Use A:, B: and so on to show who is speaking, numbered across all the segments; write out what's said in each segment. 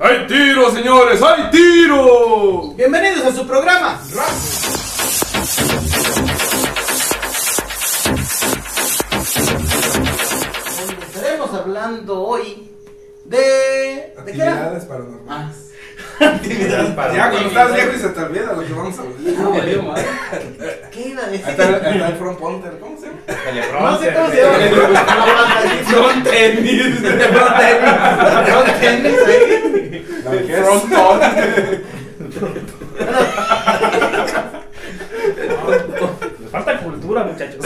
A: Bueno, señores, hay tiro.
B: Bienvenidos a su programa. Donde estaremos hablando hoy de... ¿De qué era?
C: Actividades paranormales.
B: Ah,
C: Ya, cuando estás viejo y se te olvida lo que vamos a hablar.
B: no, valió madre. ¿Qué iba a decir?
C: Ahí está, el- ahí está el front punter, ¿cómo se llama?
B: No sé cómo se llama.
A: Son tenis.
B: Front tenis ahí.
C: La vejez.
D: Les falta cultura, muchachos.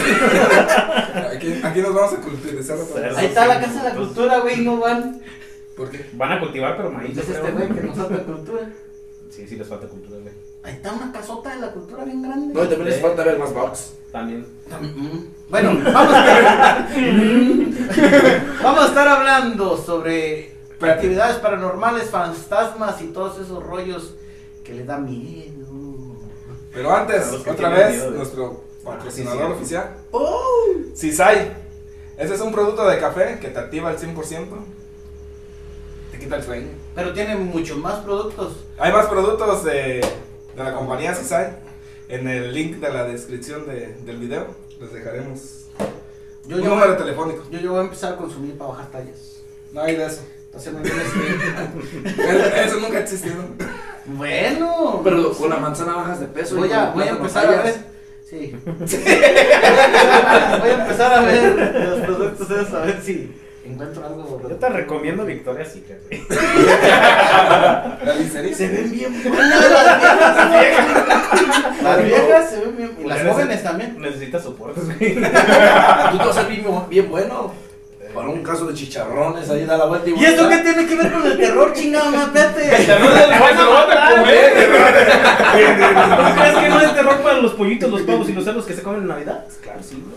C: Aquí, aquí nos vamos a culturizar otra vez.
B: Ahí está la Casa de la Cultura, güey, no van.
C: ¿Por qué?
D: Van a cultivar, pero maíz.
B: Dice
D: yo
B: este
D: creo.
B: güey que nos falta cultura.
D: Sí, sí, les falta cultura, güey.
B: Ahí está una casota de la cultura bien grande.
C: No, y también les falta ver más box.
D: También.
B: Mm. Bueno, vamos a, estar, Mm. vamos a estar hablando sobre
C: Espérate.
B: actividades paranormales, fantasmas y todos esos rollos que le da miedo.
C: Pero antes,
D: A los que
C: otra
D: tienen
C: vez,
D: miedo de-
C: nuestro
D: Ah,
C: patrocinador
D: sí, sí.
C: oficial.
E: Oh.
C: Sisai. Ese es un producto de café que te activa al 100%. Te quita el sueño.
B: Pero tiene mucho más productos.
C: Hay más productos de, de la compañía Sisai. En el link de la descripción de- del video les dejaremos
B: Yo,
C: un
B: yo,
C: número telefónico.
B: yo- yo voy a empezar a consumir para bajar tallas.
C: No hay de eso.
B: Entonces me tienes que-
C: Eso, eso nunca ha existido.
B: Bueno,
E: Pero con la manzana bajas de peso.
B: voy
E: y
B: a,
E: con
B: voy
E: plátano
B: a empezar a
E: tallas.
B: ver. Sí. voy a empezar a ver los productos esos, a ver si encuentro algo.
D: Yo te recomiendo Victoria Secret, güey.
C: La licería.
B: Se ven bien buenas las viejas. Las viejas se ven bien. Y las
D: Mujeres,
B: jóvenes
D: eh.
B: también.
D: Necesitas soportes, güey.
E: Tú te vas a ser bien, bien bueno. Para un
C: Pues,
E: caso de chicharrones, ahí da la vuelta y
B: ¿Y esto qué
E: vuelta.
B: tiene que ver con el terror, chingada? Mátate.
A: Terror del que se lo van a comer.
D: ¿No crees que no es terror para los pollitos, los pavos y los cerdos que se comen en Navidad? Claro, sí, ¿no?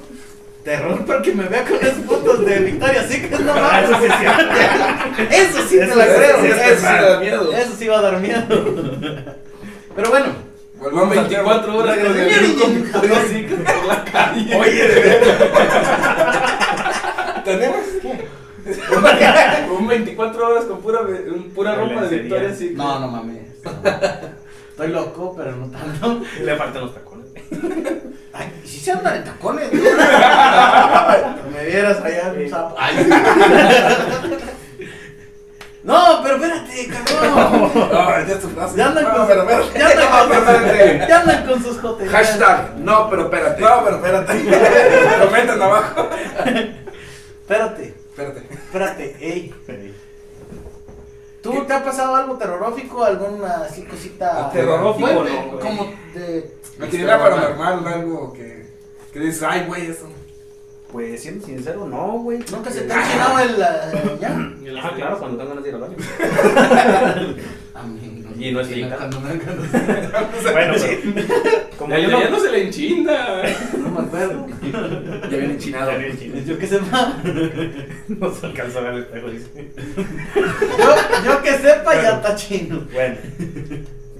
B: Terror para que me vea con las fotos de Victoria Secret, no
D: Ah,
B: mames.
D: eso sí es cierto.
B: Eso sí te
D: Eso
B: la
D: sí,
B: creo.
D: sí,
B: Eso
C: sí da miedo.
B: Eso sí va a dar miedo. Pero bueno.
C: Volvamos
A: 24 horas con el grupo Victoria Secret por la calle.
C: Oye, de verdad. ¿Tenemos?
A: Un 24 horas con pura, pura ropa de
D: Lencería.
A: Victoria Secret.
B: No, no mames. Estoy loco, pero no tanto.
D: Le faltan los tacones.
B: Ay, si se anda de tacones. ¿no? me vieras allá un sapo. No, pero espérate, cabrón.
C: Ah, ya es tu frase.
B: Ya andan
C: No,
B: con,
C: pero espérate.
B: ya andan
C: No,
B: con,
C: pero espérate.
B: ya andan con sus joterías.
E: Hashtag, no, pero espérate.
C: No, pero espérate. Comenten abajo.
B: Espérate,
C: Espérate.
B: espérate, ey. ¿Tú te ha pasado algo terrorífico? ¿Alguna así cosita?
D: ¿Terrorófico
B: Bueno,
D: o no, güey?
B: Como de.
C: Actividad paranormal, algo que, que dices, ay, güey, eso.
D: Pues, siendo sincero, no, güey.
B: ¿Nunca se te ha llenado el. eh, ya?
D: Ah, claro, cuando tengan ganas de ir al baño.
B: A mí
D: Y no es finca.
B: cuando me
D: Bueno, pero... Como
A: Ya,
D: yo
A: ya, ya
D: no...
A: no se le enchinda.
B: No me acuerdo.
E: Ya viene enchinado.
D: Ya vi el chile.
B: Yo que sepa.
D: No se alcanzó a ver el espejo, dice.
B: Yo, yo que sepa ya está chino.
D: Bueno,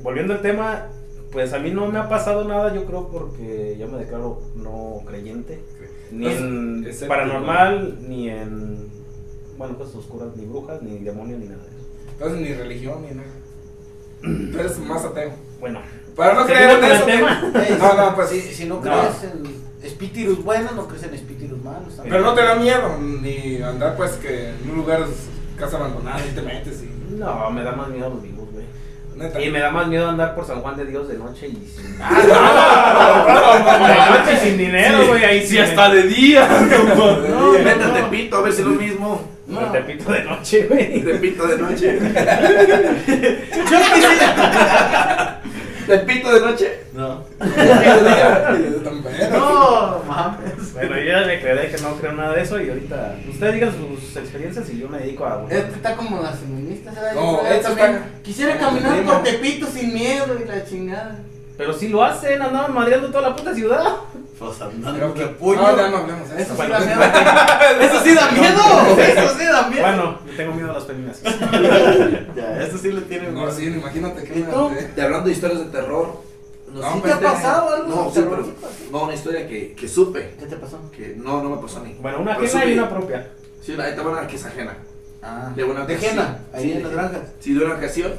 D: volviendo al tema, pues a mí no me ha pasado nada, yo creo, porque yo me declaro no creyente. Ni en
C: Entonces,
D: paranormal, ni en, bueno, cosas oscuras, ni brujas, ni demonios, ni nada de eso.
C: Entonces, ni religión ni nada. Tú eres más ateo.
D: Bueno,
C: Para no creer
D: ¿seguimos
C: en
D: con
C: eso.
D: el tema?
C: güey. No, no, pues
B: si, si no
D: no.
B: crees en espíritus buenos, no crees en espíritus malos.
C: Pero no te da miedo ni andar, pues, que en un lugar, casa abandonada, y te metes y.
D: no, me da más miedo los vivos, güey.
C: Neta.
D: Y me da más miedo andar por San Juan de Dios de noche y sin
C: Ah, no, no, no, no, no, no.
D: de noche y sin dinero, güey, ahí sí
A: Si
D: me-
A: hasta de día. compa.
E: No,
B: no.
E: Métete pito, a ver si es lo mismo.
D: Me repito de noche, güey.
E: Te pito de noche.
B: Yo que sí.
E: Te pito de noche.
B: No.
C: No,
B: No, mames.
D: Bueno, yo ya declaré que no creo nada de eso y ahorita ustedes digan sus experiencias y yo me dedico a...
B: Este está como las feministas. ¿sabes?
C: No,
B: Yo
C: este
B: también
C: está-
B: Quisiera
C: como
B: caminar
C: prima.
B: por Tepito sin miedo y la chingada.
D: Pero si lo hacen, andaban madreando toda la puta ciudad.
B: Pues
C: Creo
B: andando
C: que
B: que
C: puño.
B: puño.
C: No, ya no hablemos de
B: Eso
C: eso.
B: sí da miedo. Eso sí da miedo. Eso sí da miedo.
D: Bueno, yo tengo miedo a las feminazis.
B: Ya, eso sí le tiene
C: No,
B: miedo.
C: sí, imagínate que
B: ¿Y
C: me
B: tú?
E: Y hablando eh, de historias de terror.
C: No,
B: ¿Sí te
C: pues,
B: ha pasado algo
E: No, sí, pero-
B: terrorífico? así?
E: no, una historia que, que supe.
B: ¿Qué te pasó?
E: Que no, no me pasó a mí.
D: Bueno, una
E: Pero
D: ajena y
E: sí.
D: una propia.
E: Sí, ahí te van a que es ajena.
B: Ah,
E: De una
B: de
E: ocasión.
B: Jena, ahí
E: Sí,
B: en
E: de
B: las
E: Jena.
B: granjas.
E: Sí, de una ocasión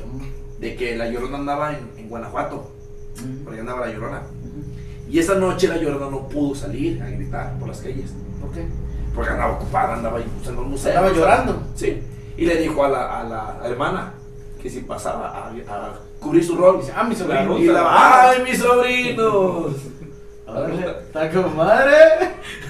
E: de que la llorona andaba en, en Guanajuato.
B: Mm,
E: Por ahí andaba la llorona. Y esa noche la llorona no pudo salir a gritar por las calles.
B: ¿Por qué?
E: Porque andaba ocupada, andaba usando un museo.
B: Estaba llorando.
E: Sí. Y le dijo a la, a la hermana que si pasaba a, a cubrir su rol.
B: Dice, ah, mi
E: La
B: sobrino.
E: ruta, la- ¡Ay, mis sobrinos!
B: Órale, Está como madre.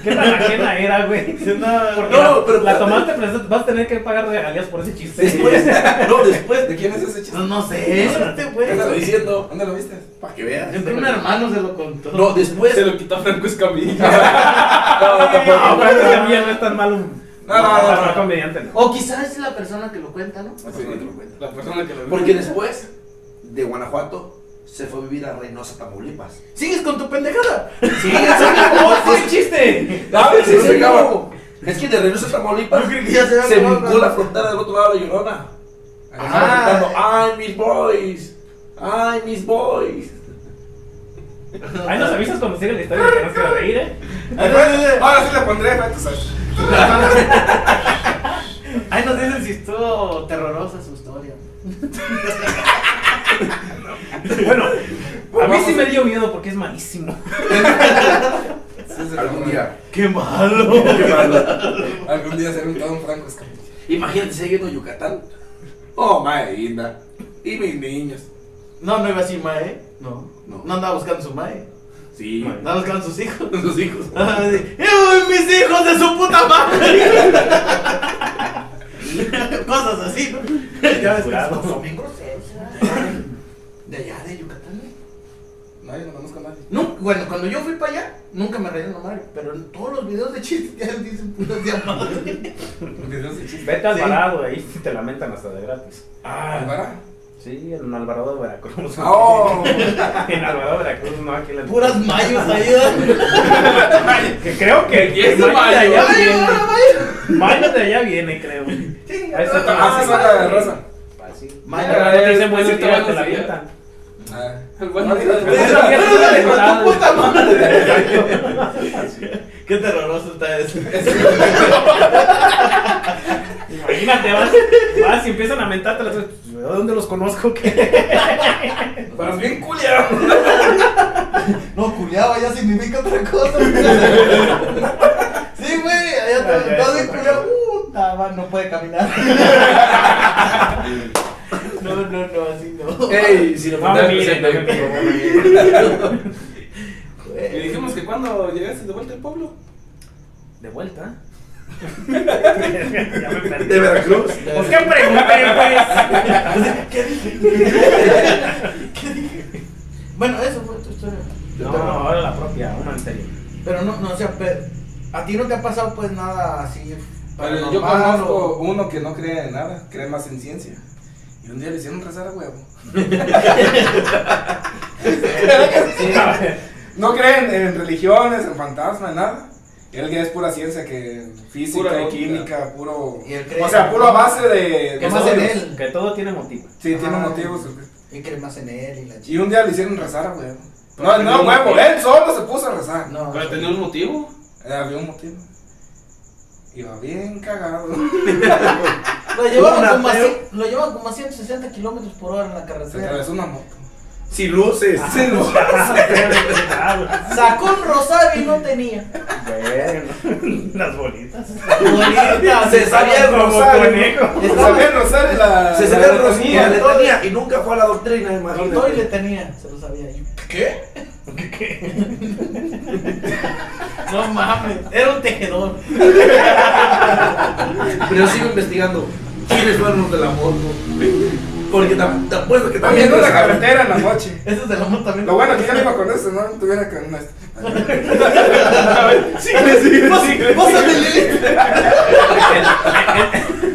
D: ¿Qué tan ajena era, güey? Porque
E: No,
D: la,
E: pero-
D: la tomaste, pero vas a tener que pagar regalías por ese chiste.
E: Después, no, después de
C: ¿De
E: que
C: quién es ese chiste?
B: No, no sé. Este
E: te estoy
B: güey.
E: diciendo,
C: ¿Dónde lo viste?
E: para que veas.
B: Entre un hermano se lo contó.
E: No, después.
A: Se lo quitó a Franco Escamilla.
E: No, tampoco.
D: No, pero ese día no es tan malo.
C: No, no, no, no.
D: no. comediante, no.
B: O quizás es la persona que lo cuenta, ¿no?
E: No, pues, no te lo cuento.
A: La persona que lo
E: Porque después de Guanajuato se fue a vivir a Reynosa, Tamaulipas.
B: ¿Sigues con tu pendejada?
E: Sí, eso
D: ¡Oh, fue el chiste!
E: Ah,
C: sí,
E: sí,
C: sí,
E: sí,
C: acaba.
E: no. Es que de regreso a Tamaulipas
B: Yo creí que ya se había
E: se
B: acabado,
E: vincó
B: ¿no?
E: la frontera del otro lado de la Llorona.
B: Ah.
E: Estaba gritando, ¡Ay, mis boys! ¡Ay, mis boys!
D: Ahí nos avisas cuando siga la historia que no se va a reír, ¿eh?
E: Ah,
C: Ahora sí le pondré efectos. ¿sabes?
B: Ahí nos dicen si estuvo terrorosa su historia.
D: Bueno, a mí
C: Vamos.
D: sí me dio miedo porque es malísimo.
E: Algún día.
B: ¡Qué malo!
C: Qué malo. Algún día será un todo un Franco Escamilla.
E: Imagínate si yendo a Yucatán. Oh, madre linda. Y mis niños.
B: No, no iba así, Mae. No.
E: No.
B: No andaba buscando su Mae.
E: Sí.
D: Mae.
B: Andaba buscando sus hijos.
E: Sus hijos.
B: Ah, sí. ¡Eh, mis hijos de su puta madre! Cosas así, ¿no? Ya ves que
D: Jurado.
B: son bien groseros. De allá, de Yucatán. ¿no?
C: No, yo no conozco a nadie.
B: No, bueno, cuando yo fui para allá, nunca me reí de la madre. Pero en todos los videos de chistes ya dicen putas de madre.
D: Vete al
B: Sí.
D: Alvarado, ahí te lamentan hasta de gratis.
C: ¿Alvará?
D: Sí, en Alvarado de Veracruz.
C: ¡Oh!
D: En Alvarado de Veracruz, no aquí en la...
B: Puras mayos ahí. ¿no?
D: Que creo que...
A: ¿Y ese
D: que Mayo de allá
B: Ay,
D: viene.
B: ahora, mayo.
D: Mayo de allá viene, creo.
B: Chinga,
D: Ahí está.
B: no,
C: Ah, sí, saca de rosa.
D: Fácil.
B: Mayo.
D: Pero no te dicen este
A: Eh,
C: Ah.
D: buenos días, te lamentan.
A: sí, te van a enseñar. El bueno de
C: Pero es
B: Pero,
A: la-
B: pero,
D: pero,
B: pero,
D: pero,
B: tu puta madre. Qué terroroso está eso.
D: Imagínate, vas, vas y empiezan a mentarte las ¿De dónde los conozco? ¿Qué?
C: Pero es bien culia.
B: No, culiaba ya significa otra cosa. Sí, güey, allá
D: Ya, ya,
B: te vas de
D: otra
B: culiaba.
D: cosa.
B: Puta madre, uh, no puede caminar. No, no, no, así no.
E: ¡Ey! Si lo
D: No me
E: mandaron,
D: miren, no me miren.
A: Y dijimos que cuando llegaste de vuelta al pueblo.
D: ¿De vuelta? ya me perdí.
E: De Veracruz.
D: ¿Por qué pregunté, pues?
B: ¿Qué dije? ¿Qué dije? Bueno, eso fue tu historia.
D: No, ahora la propia, una en serio.
B: Pero no, no, o sea, pero, a ti no te ha pasado pues nada así.
C: Pero yo
B: paranormal
C: conozco
B: o-
C: uno que no cree en nada, cree más en ciencia. Y un día le hicieron rezar a huevo. No creen en religiones, en fantasmas, en nada. Él ya es pura ciencia que física
A: Pura
C: y
A: lógica.
C: química, puro.
B: Y él cree.
C: O sea, puro a base de.
B: ¿Qué
C: de
B: más en
C: estudios.
B: él?
D: Que todo tiene motivo.
C: Sí, tiene
B: Ajá.
C: motivos.
B: Y cree más en él y la
C: Y
B: chica.
C: un día le hicieron rezar a huevo.
A: Pero
C: No, no,
A: tenía un
C: huevo,
A: motivo.
C: él solo se puso a rezar.
B: No,
A: Pero tenía un motivo.
C: Eh, Había un motivo. Iba bien cagado.
B: lo, llevaban
E: Una
B: como a,
E: feo.
B: cien- lo llevaban como a 160 kilómetros por hora en la
C: Se
B: carretera.
C: atravesó una moto.
E: Sin luces.
C: Se lo-
D: Ah,
B: Sacó un rosario y no tenía.
D: Bueno, las bolitas.
B: Bonita,
E: Se sabía el
D: Como
E: rosario.
D: conejo.
C: Se sabía el rosario y la.
E: Se
C: la
E: sabía el
C: letanía.
E: rosario. la letanía, Y nunca fue a la doctrina,
B: Todo y le
E: imagínate.
B: tenía, se lo sabía yo.
E: ¿Qué?
B: No mames, era un tejedor.
E: Pero sigo investigando quiénes fueron los de la moto. Porque tam- te apuesto que
C: También
E: también
C: en la
E: rezaban.
C: carretera en la noche.
B: Eso se lo amor también.
C: Lo bueno que ya no iba con eso, no este. tuviera que no esto.
E: Sí, sí, sí.
B: Pásame, Lili.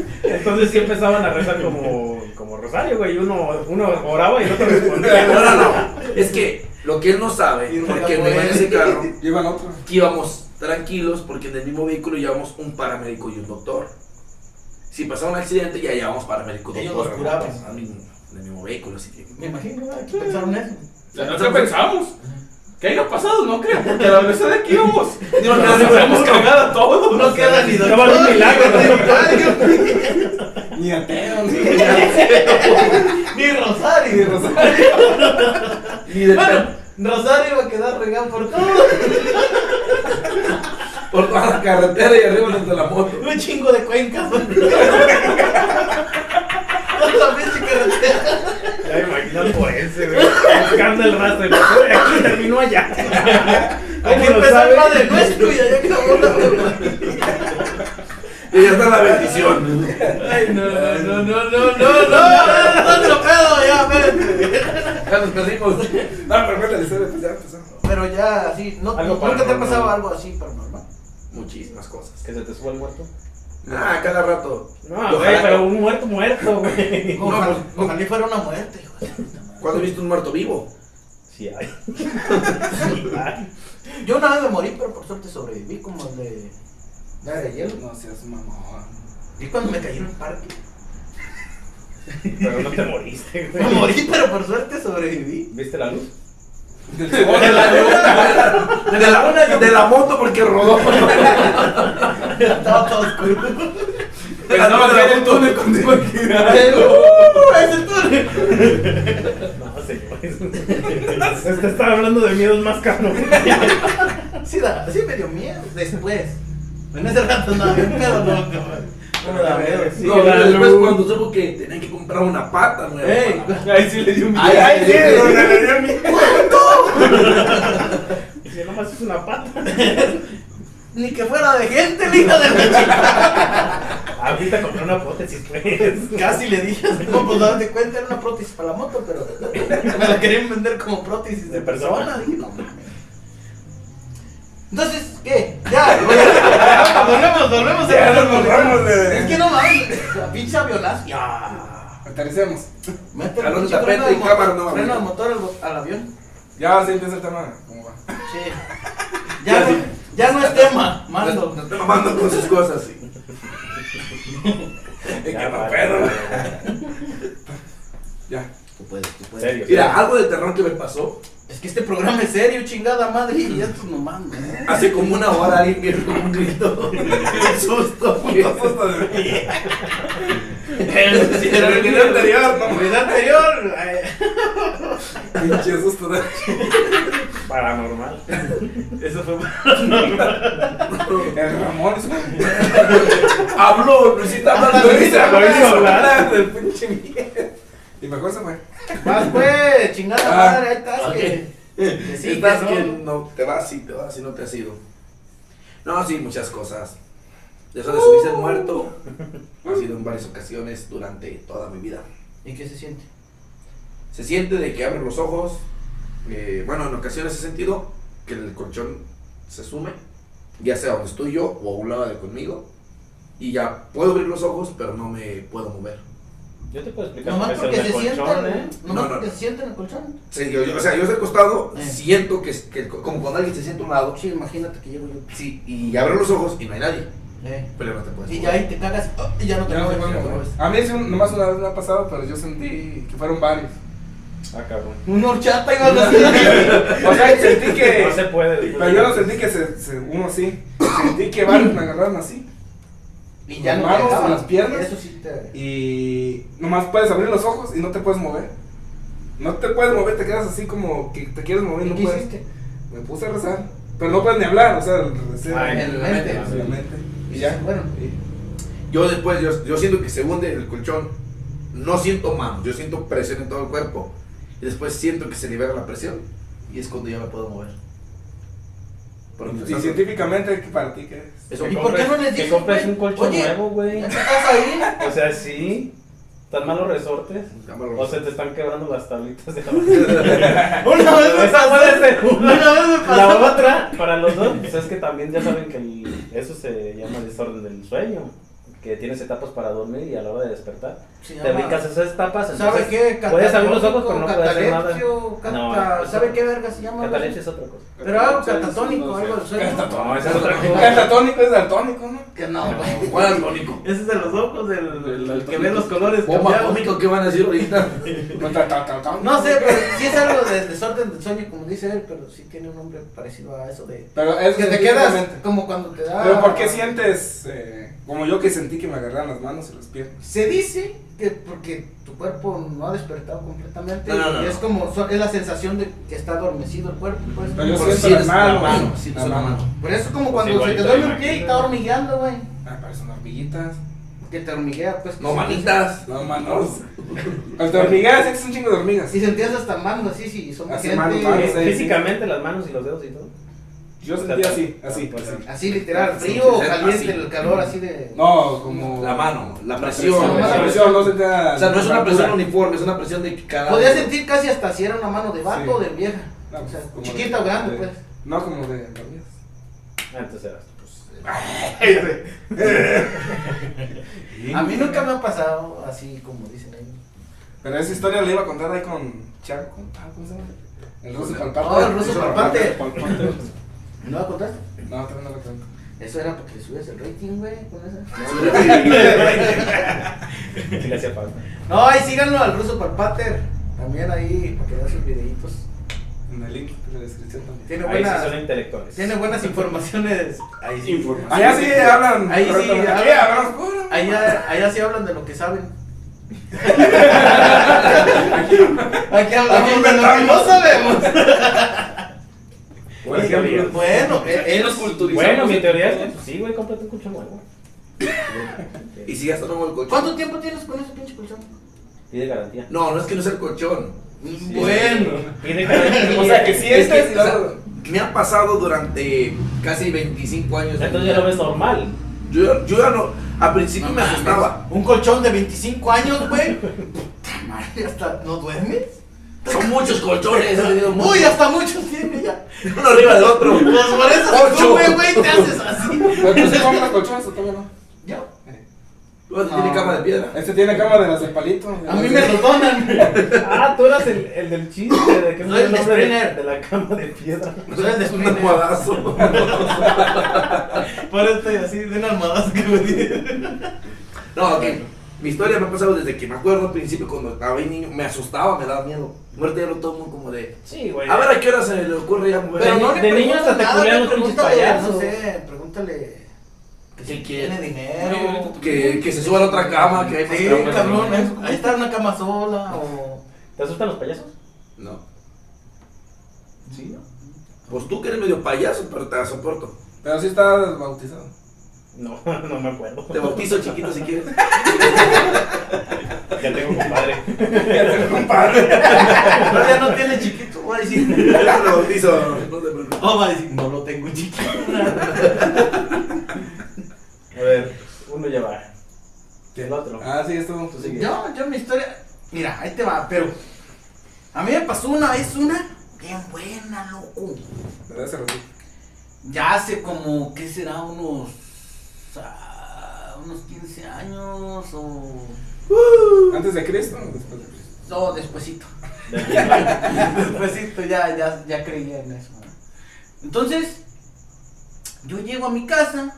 D: Entonces sí empezaban a rezar como, como Rosario, güey. Uno, uno oraba y el otro
E: No,
D: respondía.
E: no, no. Es que lo que él no sabe,
B: Y no
E: porque
B: la
E: no iba en
B: puede.
E: ese carro,
C: Llevan otro.
E: que íbamos tranquilos porque en el mismo vehículo llevamos un paramédico y un doctor. Si pasaba un accidente, ya llevamos paramédico
B: Ellos
E: doctor.
B: los curaban.
E: hermano, al mismo- En el mismo vehículo, así que.
B: Me imagino, ¿verdad? que pensaron eso.
A: ¿Qué pensamos? Que haya pasado, no creo, porque a la universidad de aquí íbamos.
B: Digo, no,
A: Nos
B: no,
A: habíamos
B: no,
A: cagado todos.
B: No queda ni
D: Ya valió un milagro,
B: ni rosario,
C: Ni ateo, ni.
B: Ni Rosario.
C: ni Rosario.
B: Ni de
E: Bueno.
B: Rosario iba a quedar regado por todo.
E: Por toda la carretera y arriba desde la moto.
B: Un chingo de cuencas. güey. Toda la pinche carretera.
D: Ya me imagino por ese, güey. Buscando el rastro. y luego, "Ay, Aquí terminó allá.
B: Hay que
D: ¿Cómo lo
B: empezar
D: sabe?
B: la de nuestro y allá acabó la de
E: Y ya está la bendición.
B: Ay, no, no, no, no, no, no, no, es otro pedo, ya, espérate.
E: Ya nos perdimos.
C: No, pero cuéntale, se pues ya empezó.
B: Pero ya, así, no,
D: Algo
B: ¿nunca te ha
D: paranormal.
B: pasado algo así paranormal?
E: Muchísimas cosas.
D: ¿Que se te suba el muerto?
E: Ah, cada rato.
D: No, güey, pero un muerto muerto, güey.
B: Ojalá, ojalá y fuera una muerte, hijo de puta madre.
E: ¿Cuándo he visto un muerto vivo?
D: Sí hay. Sí hay.
B: Yo una vez me morí, pero por suerte sobreviví como el de. ¿La de hielo?
C: No seas mamón.
B: Y cuando me caí en un parque.
D: Pero no te moriste,
B: Me
D: güey.
B: morí, pero por suerte sobreviví.
D: ¿Viste la luz?
C: Del
E: De la, de la, de la moto porque rodó.
B: Estaba todo oscuro.
C: Pensaba que era el túnel contigo aquí.
B: ¡Uh! ¡Es el túnel!
D: No, señores. Usted está hablando de miedos más caros.
B: Sí, da, sí me dio miedo después. En ese rato no, bien pedo no, no. No me da miedo, sí.
E: No,
D: la
E: después
D: luz.
E: cuando supo que tenían que comprar una pata nueva.
B: ¡Ey!
A: Ahí sí le dio un
B: Ay,
A: billete.
B: ay, sí,
D: Si nomás es una pata.
B: Ni que fuera de gente, el hijo de la chica.
D: Ahorita compré una prótesis, pues.
B: Casi le dije, no, pues date cuenta, era una prótesis para la moto, pero me la querían vender como prótesis de persona. Dije, no mames. Entonces, ¿qué? Ya, güey. volvemos, volvemos a
C: Ya
B: la
C: nos borramos de-
B: Es que no mames, la pincha violación. Ya.
C: Aterricemos.
B: Mete
E: Jalón
B: pinche
E: tapete
B: freno de
E: y cámara, no
B: motor-
E: mames.
B: Freno de motor al, bo- al avión.
C: Ya, sí empieza el tema. ¿Cómo va?
B: Che. Ya, no, ya no es tema, mando.
E: Nos está mamando con sus cosas. sí.
C: Eh,
D: Ya,
C: que no
D: vale,
C: pedo,
D: güey.
C: güey. Ya.
B: Tú puedes, tú puedes.
D: Serio.
E: Mira, algo de terror que me pasó.
B: Es que este programa es serio, chingada madre. Y ya tú no mames. ¿eh?
E: Hace como una hora alguien vio como un grito. Un susto.
C: Puto susto de mí.
B: El,
E: En el video anterior, no
B: El video anterior. eh,
C: Pinche susto de
D: Paranormal.
B: Eso fue.
C: El Ramón es un.
E: Habló, Luisita habla.
D: Lo hizo, lo hizo hablar.
C: del pinche mierda. Y mejor se fue.
B: Vas pues, chingada
C: Ah,
B: madre, ahí estás.
E: ok.
B: que- que sí,
E: Estás
B: que
E: que
B: no.
E: no te vas y te vas y no te has ido. No, sí, muchas cosas. De eso de subirse al muerto ha sido en varias ocasiones durante toda mi vida.
B: ¿Y qué se siente?
E: Se siente de que abres los ojos. eh, bueno, en ocasiones he sentido que el colchón se sume, ya sea donde estoy yo o a un lado de conmigo. Y ya puedo abrir los ojos, pero no me puedo mover.
D: Yo te puedo explicar
B: Nomás
D: lo que
B: porque
D: es
B: se
D: el del colchón,
B: sienta.
D: ¿eh?
B: Nomás
E: No, no.
B: porque se siente en el colchón.
E: Sí, yo- yo- o sea, yo estoy acostado,
B: Eh.
E: siento que, es- que el co- como cuando alguien se siente a un lado.
B: Sí, imagínate que llego yo.
E: Sí, y abro los ojos y no hay nadie.
B: Eh,
E: Pero no te puedes
B: Y
E: mover.
B: ya ahí te cagas oh, y ya no te
C: Ya no se
B: mueves.
C: puede mover. A mí sí, un- nomás una vez me ha pasado, pero yo sentí que fueron varios.
D: Ah, cabrón.
B: Un horchata iba a decir.
C: O sea, sentí que.
D: No se puede.
C: Pero yo no sentí que se, se- uno así. Sentí que varios me agarraron así.
B: Y ya no
C: Manos,
B: te dejaban.
C: las piernas.
B: Eso sí te.
C: Y nomás puedes abrir los ojos y no te puedes mover. No te puedes mover, te quedas así como que te quieres mover
B: ¿Y
C: y no
B: qué
C: puedes.
B: hiciste?
C: Me puse a rezar. Pero no puedes ni hablar, o sea, el recero.
D: Ay,
B: en la
E: mente,
B: mente.
C: en la mente. Y ya.
B: Bueno.
C: Y-
E: Yo después, yo, yo siento que se hunde el colchón. No siento mano, yo siento presión en todo el cuerpo. Y después siento que se libera la presión. Y es cuando ya me puedo mover. Porque
C: Y, científicamente, ¿qué para ti qué es?
E: eso,
B: ¿Y por qué no les
D: Que
B: dices?
D: compres
B: güey?
D: un colchón
B: Oye,
D: nuevo, güey.
B: ¿Estás ahí?
D: O sea, sí. Están malos resortes. O se te están quebrando las tablitas de la
B: Una vez me
D: Esa
B: pasó.
D: puede ser una.
B: Una vez me pasó.
D: La otra, para los dos, pues es que también ya saben que el- eso se llama desorden del sueño. que tienes etapas para dormir y a la hora de despertar.
B: Se
D: Te
B: llama-
D: brincas esas etapas, entonces
B: ¿Sabe qué?
D: puedes abrir los ojos, pero no puedes hacer nada.
B: Catalepsio, cata-
D: No, eso-
B: ¿Sabe qué verga se llama?
D: Catalepsia es otra cosa.
B: Pero algo catatónico, algo del sueño.
D: No, esa es otra cosa.
C: Catatónico es daltónico, ¿no?
B: Que no, güey.
E: ¿Cuál daltónico?
D: Ese es de los ojos, del,
A: El- el
D: que ve los colores.
E: Bomba
D: cambiados.
E: atómica, ¿qué van a decir ahorita?
C: No, Pues, ta- ta- ta- ta-
B: No sé, pero sí es algo de desorden del sueño, como dice él, pero sí tiene un nombre parecido a eso de...
C: Pero eso
B: Que te quedas Ah.
C: científicamente.
B: como cuando te da...
C: Pero ¿por qué sientes, eh, como yo que sentí que me agarraron las manos y las piernas?
B: Se dice que porque tu cuerpo no ha despertado completamente.
E: No, no, no,
B: y es
E: no.
B: como, so- es la sensación de que está adormecido el cuerpo. Pues.
C: Pero yo
E: Porque
C: siento
E: sí,
C: las
E: es Pues la
C: manos,
E: mano,
C: güey.
E: sí,
C: La
E: es la
C: mano.
E: mano.
B: Pero eso es como
F: Sí,
B: cuando se te
F: igualito
B: duele
F: de
B: un pie y
F: máquina.
B: está hormigueando, güey.
C: Ah, parecen hormiguitas.
B: Que te hormiguea, pues. que
E: No,
B: se-
E: manitas.
C: No, manos.
E: pues.
C: Las hormigas, es un chingo de hormigas.
B: Si sentías hasta mando así, si son
C: Hace
B: gente.
C: mano,
D: Ah,
C: mano, sí.
D: Físicamente las manos y los dedos y todo.
C: Yo sentí así, así,
D: Ah,
C: así.
B: Así literal,
E: pues Sí,
B: frío
E: sí,
B: o
E: sí,
B: caliente,
E: así.
B: el calor así de.
C: No, como...
E: La mano, la
C: No,
E: presión.
C: no es la
E: O
C: presión, no sentía... O
E: sea, no es una presión uniforme, es una presión de cada...
B: Podías sentir casi hasta si era una mano de vato
C: Sí.
B: o de vieja.
C: No,
B: o sea,
C: como
B: chiquita
C: de-
B: o grande,
C: de-
B: pues.
C: No, como de hormigas.
D: Antes eras tú, pues.
B: A mí nunca me ha pasado así como dicen ellos.
C: Pero esa historia la iba a contar ahí con Chaco, con Paco, ¿cómo se llama? El ruso palpante.
B: Oh, el ruso Palpante.
C: Palpante.
B: ¿No la contaste?
C: No, todavía no lo cuento.
B: Eso era porque subías el rating, güey, con esa.
D: Sí le hacía falta.
B: No, y síganlo al ruso Palpater. También ahí, para que vea sus videitos.
C: En el link de la descripción también.
B: Tiene
D: Ahí sí
B: buenas,
D: son intelectuales.
B: tiene buenas informaciones. Ahí sí.
E: Información.
C: Allá Ah, sí hablan.
B: Ahí sí,
C: pero también Aquí
B: hablan.
C: hablamos puro.
B: Allá, allá sí hablan de lo que saben. Aquí hablamos de lo que no sabemos.
D: Buenas teorías.
B: Bueno, eh, eh,
E: nos culturizamos.
D: Bueno, mi teoría es que pues, sí, güey, cómprate un colchón nuevo.
E: Y si gastaron el colchón.
B: ¿cuánto tiempo tienes con ese pinche colchón?
D: Pide garantía.
E: No, no es que no es el colchón.
B: Bueno.
D: Pide garantía.
C: O sea, que
E: Es
C: sientes
E: que,
C: y
E: o sea,
C: luego-
E: me ha pasado durante casi 25 años. de mi
D: Entonces ya lo
E: vida.
D: ves normal.
E: Yo, yo ya no, al principio me asustaba.
B: Un colchón de 25 años, güey. Puta madre, hasta no duermes.
E: Son muchos colchones, he tenido muchos.
B: Uy, hasta muchos tiene ya.
E: uno arriba del otro.
B: Pues por eso
E: Ocho.
B: tú, güey, güey, te haces así.
C: Pero tú sí compras colchones o todavía no.
B: Yo.
E: Luego tiene
B: No.
E: cama de piedra.
C: Este tiene cama de las de palito.
B: A mí me los donan.
D: Ah, tú eras el, el del chiste de que
B: Soy el
D: nombre de,
B: Springer.
D: de la cama de piedra.
B: Entonces
E: Un almohadazo.
B: Por estoy así de una almohadazo que me
E: No, ok. Mi historia me ha pasado desde que me acuerdo al principio cuando estaba ahí niño. Me asustaba, me daba miedo. Muerte ya lo tomo como de.
D: Sí, güey.
B: Ah,
E: A ver a qué hora se le ocurre ya mover.
D: Pero no- de niño
B: niños
D: hasta te culean los pinches payasos.
B: No sé, eh, pregúntale.
E: ¿Qué
B: si
E: quiere?
B: tiene dinero.
E: que, que se suba a la otra cama, que hay más
B: Sí,
E: camas.
B: cabrón, ahí- ahí está una cama sola o.
D: ¿Te asustan los payasos?
E: No.
D: Sí.
E: Pues tú que eres medio payaso, pero te la soporto.
C: Pero sí estás bautizado.
D: No, no me acuerdo.
E: Te bautizo chiquito si quieres.
D: Ya tengo compadre.
B: No, ya no tiene chiquito, voy a decir.
E: Yo te bautizo. No te preocupes.
B: No, va a decir, no lo tengo chiquito.
D: A ver, uno ya va. El otro.
C: Ah, sí, esto.
B: Pues
D: Tú sigue.
B: Yo, yo mi historia. Mira, ahí te va, pero. A mí me pasó una vez una. Bien buena, loco.
C: Pero hace ratito.
B: Ya hace como, ¿qué será? Unos. ah, unos 15 años o.
C: ¿Antes de Cristo o después de Cristo?
B: No, despuesito.
D: Del mismo.
B: Despuésito Pues ya, ya, ya creía en eso. ¿no? Entonces, yo llego a mi casa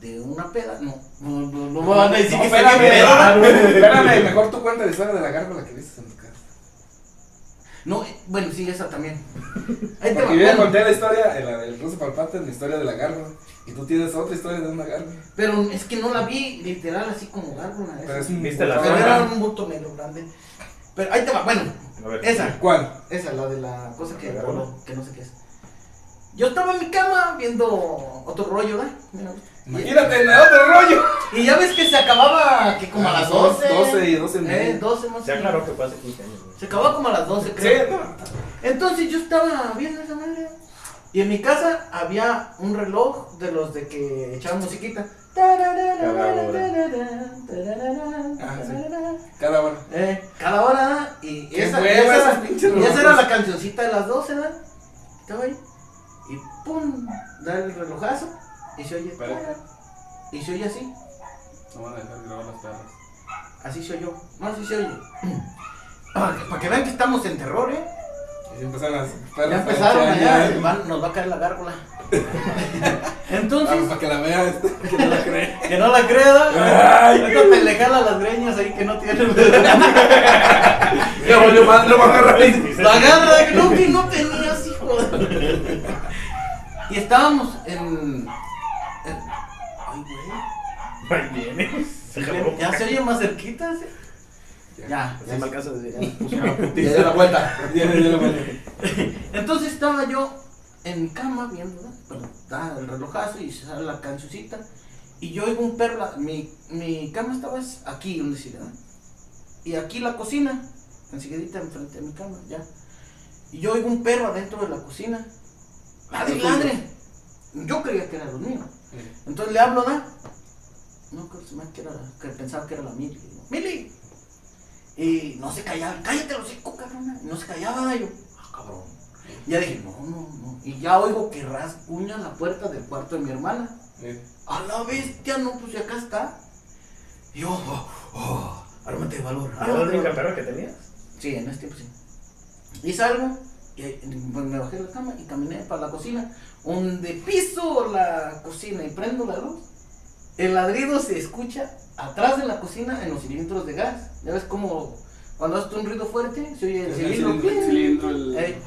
B: de una peda. No, no, no, no me van a decir
C: No,
B: que estoy
C: espérame,
B: bien pedo.
C: espérame, espérame, mejor tú cuenta la historia de la gárgola que viste en tu casa.
B: No, eh, bueno, sí, esa también. Ahí te va.
C: Porque yo ya
B: bueno,
C: conté la historia, eh, la del ruso palpante, la historia de la gárgola. Y tú tienes otra historia de una gárgola.
B: pero es que no la vi literal así como gárgola.
C: Pero
B: esa.
C: es un-
D: Viste la-
B: Pero
D: Ah,
B: era
D: bueno.
B: un botonero grande. Pero ahí te va, bueno,
D: A ver.
B: esa,
C: ¿Cuál?
B: esa, la de la cosa que,
D: ¿La gárgola?
B: que no sé qué es. Yo estaba en mi cama viendo otro rollo, ¿verdad? Mira,
C: Imagínate, en el otro rollo.
B: Y ya ves que se acababa que como a las 12.
C: 12 y 12 y media.
B: Eh, 12 más o
D: Se
B: menos.
D: aclaró que fue hace 15 años. güey.
B: Se acababa como a las 12,
C: Sí,
B: creo.
C: no.
B: Entonces yo estaba viendo esa madre. Y en mi casa había un reloj de los de que echaban musiquita.
C: Ah, Cada hora.
B: Eh, cada hora, y
C: Qué
B: esa,
C: hueva
B: esa,
C: esas
B: y
C: pinches
B: esa era
C: relojes.
B: la cancioncita de las 12, ¿verdad? Estaba ahí, y pum, da el relojazo, y se oye,
C: Espera.
B: y se oye así,
A: No van a dejar grabar las perras.
B: Así se oyó. No, así se oye. Ah, Para que vean que estamos en terror, ¿eh?
A: Y ya empezaron las perras.
B: Ya empezaron
A: a
B: allá,
A: echar,
B: van- nos va a caer la gárgola.
A: Ah,
B: Entonces,
A: para que la veas.
C: este,
A: Que no la cree.
B: que no la crea.
A: Ay,
B: Ahorita te le jala las greñas ahí que no tienen.
E: Ya volvió más, lo va a agarrar.
B: La agarra, que no, que no tenías, hijo. Y estábamos en. en- Ay, güey.
D: Ahí viene. Se acabó.
B: Ya se oye más cerquita, ¿sí? Ya,
D: Así
B: ya
D: me
B: se-
D: alcanza desde
E: Ya dio la vuelta.
A: Ya le dio la vuelta.
B: Entonces estaba yo en mi cama viendo, ¿no? Bueno, da el relojazo y sale la cancioncita. Y yo oigo un perro, la- mi, mi cama estaba es- aquí, donde se ¿verdad? Y aquí la cocina, enseguidita enfrente de mi cama, ya. Y yo oigo un perro adentro de la cocina. ¡Ladre, ladre! Yo creía que era los míos. Entonces le hablo, ¿da? No, creo que se me hace que era, que pensaba que era la Mili. Le digo, ¡Mili! Y no se callaba, cállate los cinco, cabrona. Y no se callaba, yo, ah, cabrón. Ya dije, no, no, no. Y ya oigo que rasguña la puerta del cuarto de mi hermana.
A: Sí.
B: A la bestia, no, pues ya acá está. Y yo, oh, oh, ármate de valor.
D: ¿Era
A: Ah,
D: Ah, la
B: ármate de
D: única
B: valor.
D: perra que tenías?
B: Sí, en ese tiempo sí. Y salgo, y ahí, pues, me bajé de la cama y caminé para la cocina, donde piso la cocina y prendo la luz. El ladrido se escucha atrás de la cocina en los cilindros de gas. Ya ves como cuando haces un ruido fuerte, se oye el
A: El
B: cilindro.
A: cilindro, el cilindro, el-
B: Ey.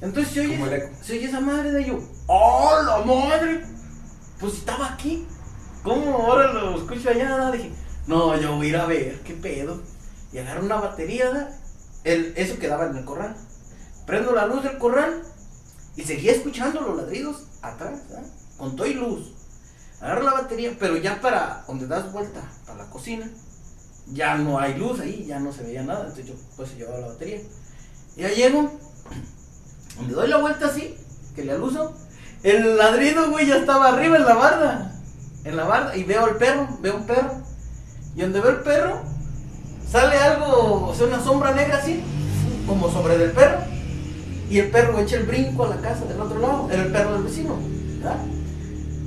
B: Entonces se
A: Como el
B: oye,
A: eco.
B: se oye esa madre de yo. ¡Oh, la madre! Pues estaba aquí. ¿Cómo ahora lo escucho allá? Dije, no, yo voy a ir a ver, qué pedo. Y agarro una batería, da, el, eso quedaba en el corral. Prendo la luz del corral y seguía escuchando los ladridos atrás, ¿ah? con todo y luz. Agarro la batería, pero ya para donde das vuelta, para la cocina, ya no hay luz ahí, ya no se veía nada. Entonces yo pues llevaba la batería. Y ya llego, donde doy la vuelta así, que le aluso, el ladrido, güey, ya estaba arriba en la barda. En la barda, y veo al perro, veo un perro. Y donde veo el perro, sale algo, o sea, una sombra negra así, como sobre del perro. Y el perro echa el brinco a la casa del otro lado. Era el perro del vecino. ¿verdad?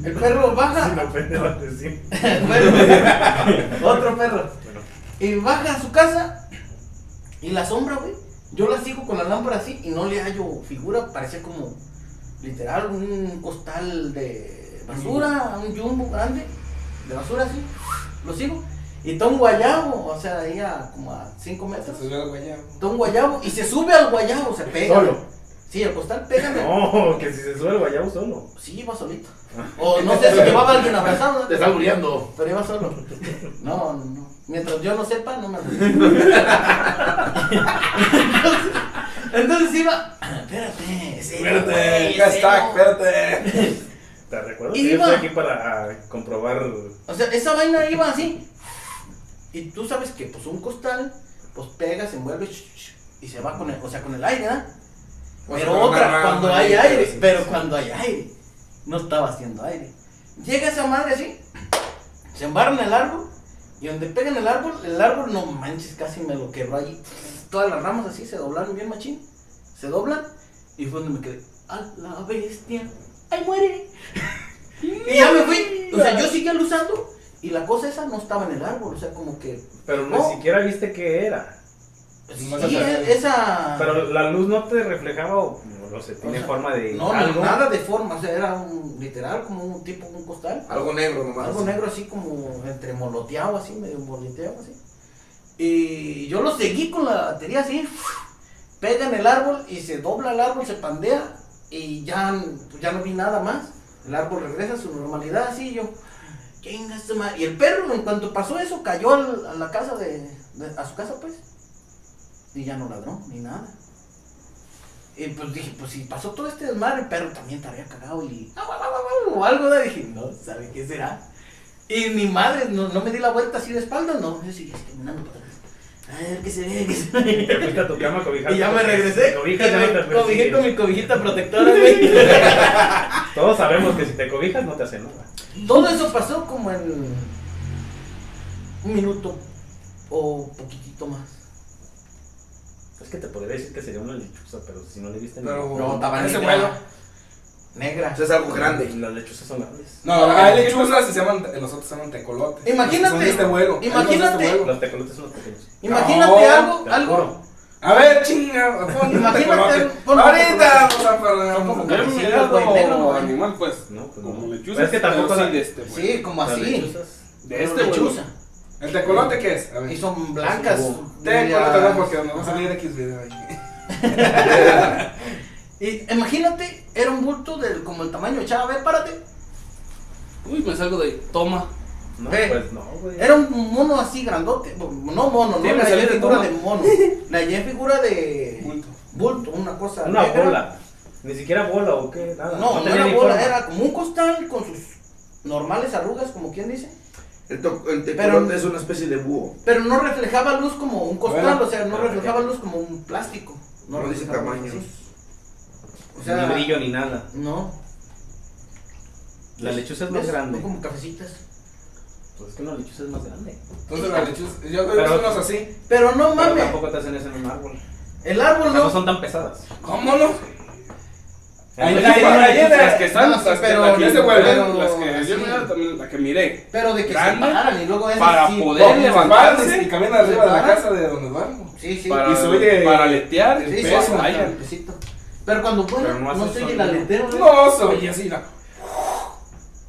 B: El perro baja.
D: Sin ofender al vecino.
B: Bueno, otro perro.
D: Bueno.
B: Y baja a su casa y la sombra, güey. Yo la sigo con la lámpara así y no le hallo figura. Parecía como literal un costal de basura, un jumbo grande de basura así. Lo sigo. Y toma un guayabo, o sea, ahí a como a 5 metros.
A: Se subió al guayabo.
B: Toma un guayabo y se sube al guayabo, se pega.
D: Solo.
B: Sí, el costal pega. güey.
D: No, que si se sube el guayabo solo.
B: Sí, va solito. O no sé si llevaba a alguien abrazado. ¿no?
E: Te está bulleando.
B: Pero iba solo. No, no, no. Mientras yo no sepa, no me asusté. Entonces iba. Espérate, sí, güey,
C: Espérate, hashtag,
B: cero.
C: espérate.
D: ¿Te recuerdo?
B: Y
D: que yo
B: iba-
D: estoy aquí para comprobar.
B: O sea, esa vaina iba así. Y tú sabes que, pues, un costal, pues pega, se mueve y se va con el, o sea, con el aire, ¿verdad?
E: Pues
A: O sea,
B: Pero
A: con una
B: otra,
A: rama
B: cuando hay
A: ahí,
B: aire,
A: sí.
B: pero cuando hay aire, no estaba haciendo aire. Llega esa madre así, se embarra en el árbol, y donde pega en el árbol, el árbol no manches, casi me lo quebró allí. Todas las ramas así se doblaron bien machín, se doblan, y fue donde me quedé, a la bestia, ¡ay muere! y ya me fui, o sea, yo seguía luzando, y la cosa esa no estaba en el árbol, o sea, como que,
D: Pero ni
B: No.
D: siquiera viste qué era.
A: Pues Nomás
B: sí,
A: la-
B: esa...
D: Pero la luz no te reflejaba o no lo sé, tiene
B: Ah. O sea,
D: forma de
B: No,
D: algo.
B: nada de forma, o sea, era un literal como un tipo, un costal.
E: Algo negro nomás.
B: Algo negro así como entre moloteado, así, medio moloteado, así. Y yo lo seguí con la batería así, pega en el árbol y se dobla el árbol, se pandea y ya, pues, ya no vi nada más. El árbol regresa a su normalidad así y yo, "Chinga su madre". Y el perro en cuanto pasó eso cayó al- a la casa de, de- a su casa pues. Y ya no ladró, ni nada. Y pues dije, pues si pasó todo este desmadre, el perro también estaría cagado y... "Au, au, au, au", O algo, ¿no? dije, no, ¿sabe qué será? Y mi madre, no, no me di la vuelta así de espaldas, no, yo seguía caminando para atrás. A ver qué se ve, qué se
D: Y te
B: ve.
D: fuiste a tu cama a cobijarte.
B: Y ya me
D: porque si
B: regresé.
D: te
B: Y
D: Cobijas, ya no te
B: me cobijé
D: persiguen.
B: con mi cobijita protectora, güey.
D: Todos sabemos que si te cobijas no te hace nada.
B: Todo eso pasó como en un minuto o poquitito más.
D: Es que te podría decir que sería una lechuza, pero si no le viste
A: Pero-
D: nada.
A: No,
B: estaba
A: ese
B: negra.
A: vuelo.
B: negra.
E: Eso es algo grande.
D: Las lechuzas son grandes.
C: No,
B: Ah,
C: hay lechuzas y se llaman, los otros se llaman tecolotes.
B: Imagínate,
C: Son de este vuelo.
B: imagínate.
C: Son de este vuelo.
D: Los tecolotes son los pequeños.
B: Imagínate
C: No,
D: te
B: algo,
D: lo
B: algo.
D: juro.
C: A ver, chinga, pon un
B: Imagínate,
C: tecolote.
B: pon un
C: Ahorita vamos
B: tecolote.
C: a
B: Son
C: parar.
B: como
C: vamos a-
B: callos.
A: Considerado
B: negro, güey.
A: animal, pues.
D: No, pues
A: Como
D: no.
A: lechuza.
D: Pero es que tampoco
A: pero
D: la-
A: sí de este, güey.
B: Sí, como
D: Las
B: así.
D: lechuzas.
A: De este, güey.
B: lechuza.
C: ¿El tecolote qué es? A ver.
B: Y son blancas.
C: Tecolote,
B: Ya.
C: no, porque nos va a salir X video ahí.
B: Y imagínate, era un bulto del, como el tamaño de Chava. A ver, párate.
A: Uy, me salgo de ahí. Toma.
D: No,
B: Ve.
D: pues no, güey.
B: Era un mono así grandote. No mono, no.
A: Sí,
B: Le
A: me salió
B: hallé
A: de
B: figura
A: toma.
B: de mono. Le hallé figura de
A: Punto.
B: bulto, una cosa.
D: Una
B: negra.
D: bola. Ni siquiera bola o qué, nada.
B: No, no
D: tenía
B: era
D: ni
B: bola,
D: forma.
B: era como un costal con sus normales arrugas, como quien dice.
E: El, to- el
B: Pero-
E: tecolote es una especie de búho.
B: Pero no reflejaba luz como un costal,
C: Bueno.
B: o sea, no reflejaba luz como un plástico.
E: No, dice
B: reflejaba luz
E: tamaño.
B: así. O sea,
D: ni brillo ni nada.
B: No.
D: La lechuza es
B: ¿Ves?
D: más
B: Son
D: grande.
B: como cafecitas.
D: Pues es que una lechuza es más grande.
C: Entonces la lechuza, yo creo que
D: Pero-
C: son los así.
B: Pero no
D: Pero
B: mames,
D: tampoco te hacen eso en un árbol.
B: el árbol
D: No
B: no.
D: son tan pesadas.
C: ¿Cómo no? Ahí-
D: Entonces,
C: ahí-
D: para-
C: ahí-
A: Pues Las que están,
B: no,
A: las que
B: pero-
A: la que
C: ese güey,
A: pero-
B: pero-
A: las que yo
B: sí.
A: miré también, la que miré.
B: Pero de que se
A: grande
B: paran y luego es
A: para
B: así,
A: poder
B: ¡pum!
A: levantar.
C: Levantarse y caminar arriba de la casa de donde duermo.
B: Sí, sí.
A: Para,
C: Y se oye-
A: para aletear el
B: sí, sí,
A: peso.
B: sí,
A: vaya.
B: el pesito. Pero cuando vuela,
D: Pero no
B: no,
D: hace
B: se oye el
D: sonido.
B: aleteo. ¿eh?
C: No, soy así, la-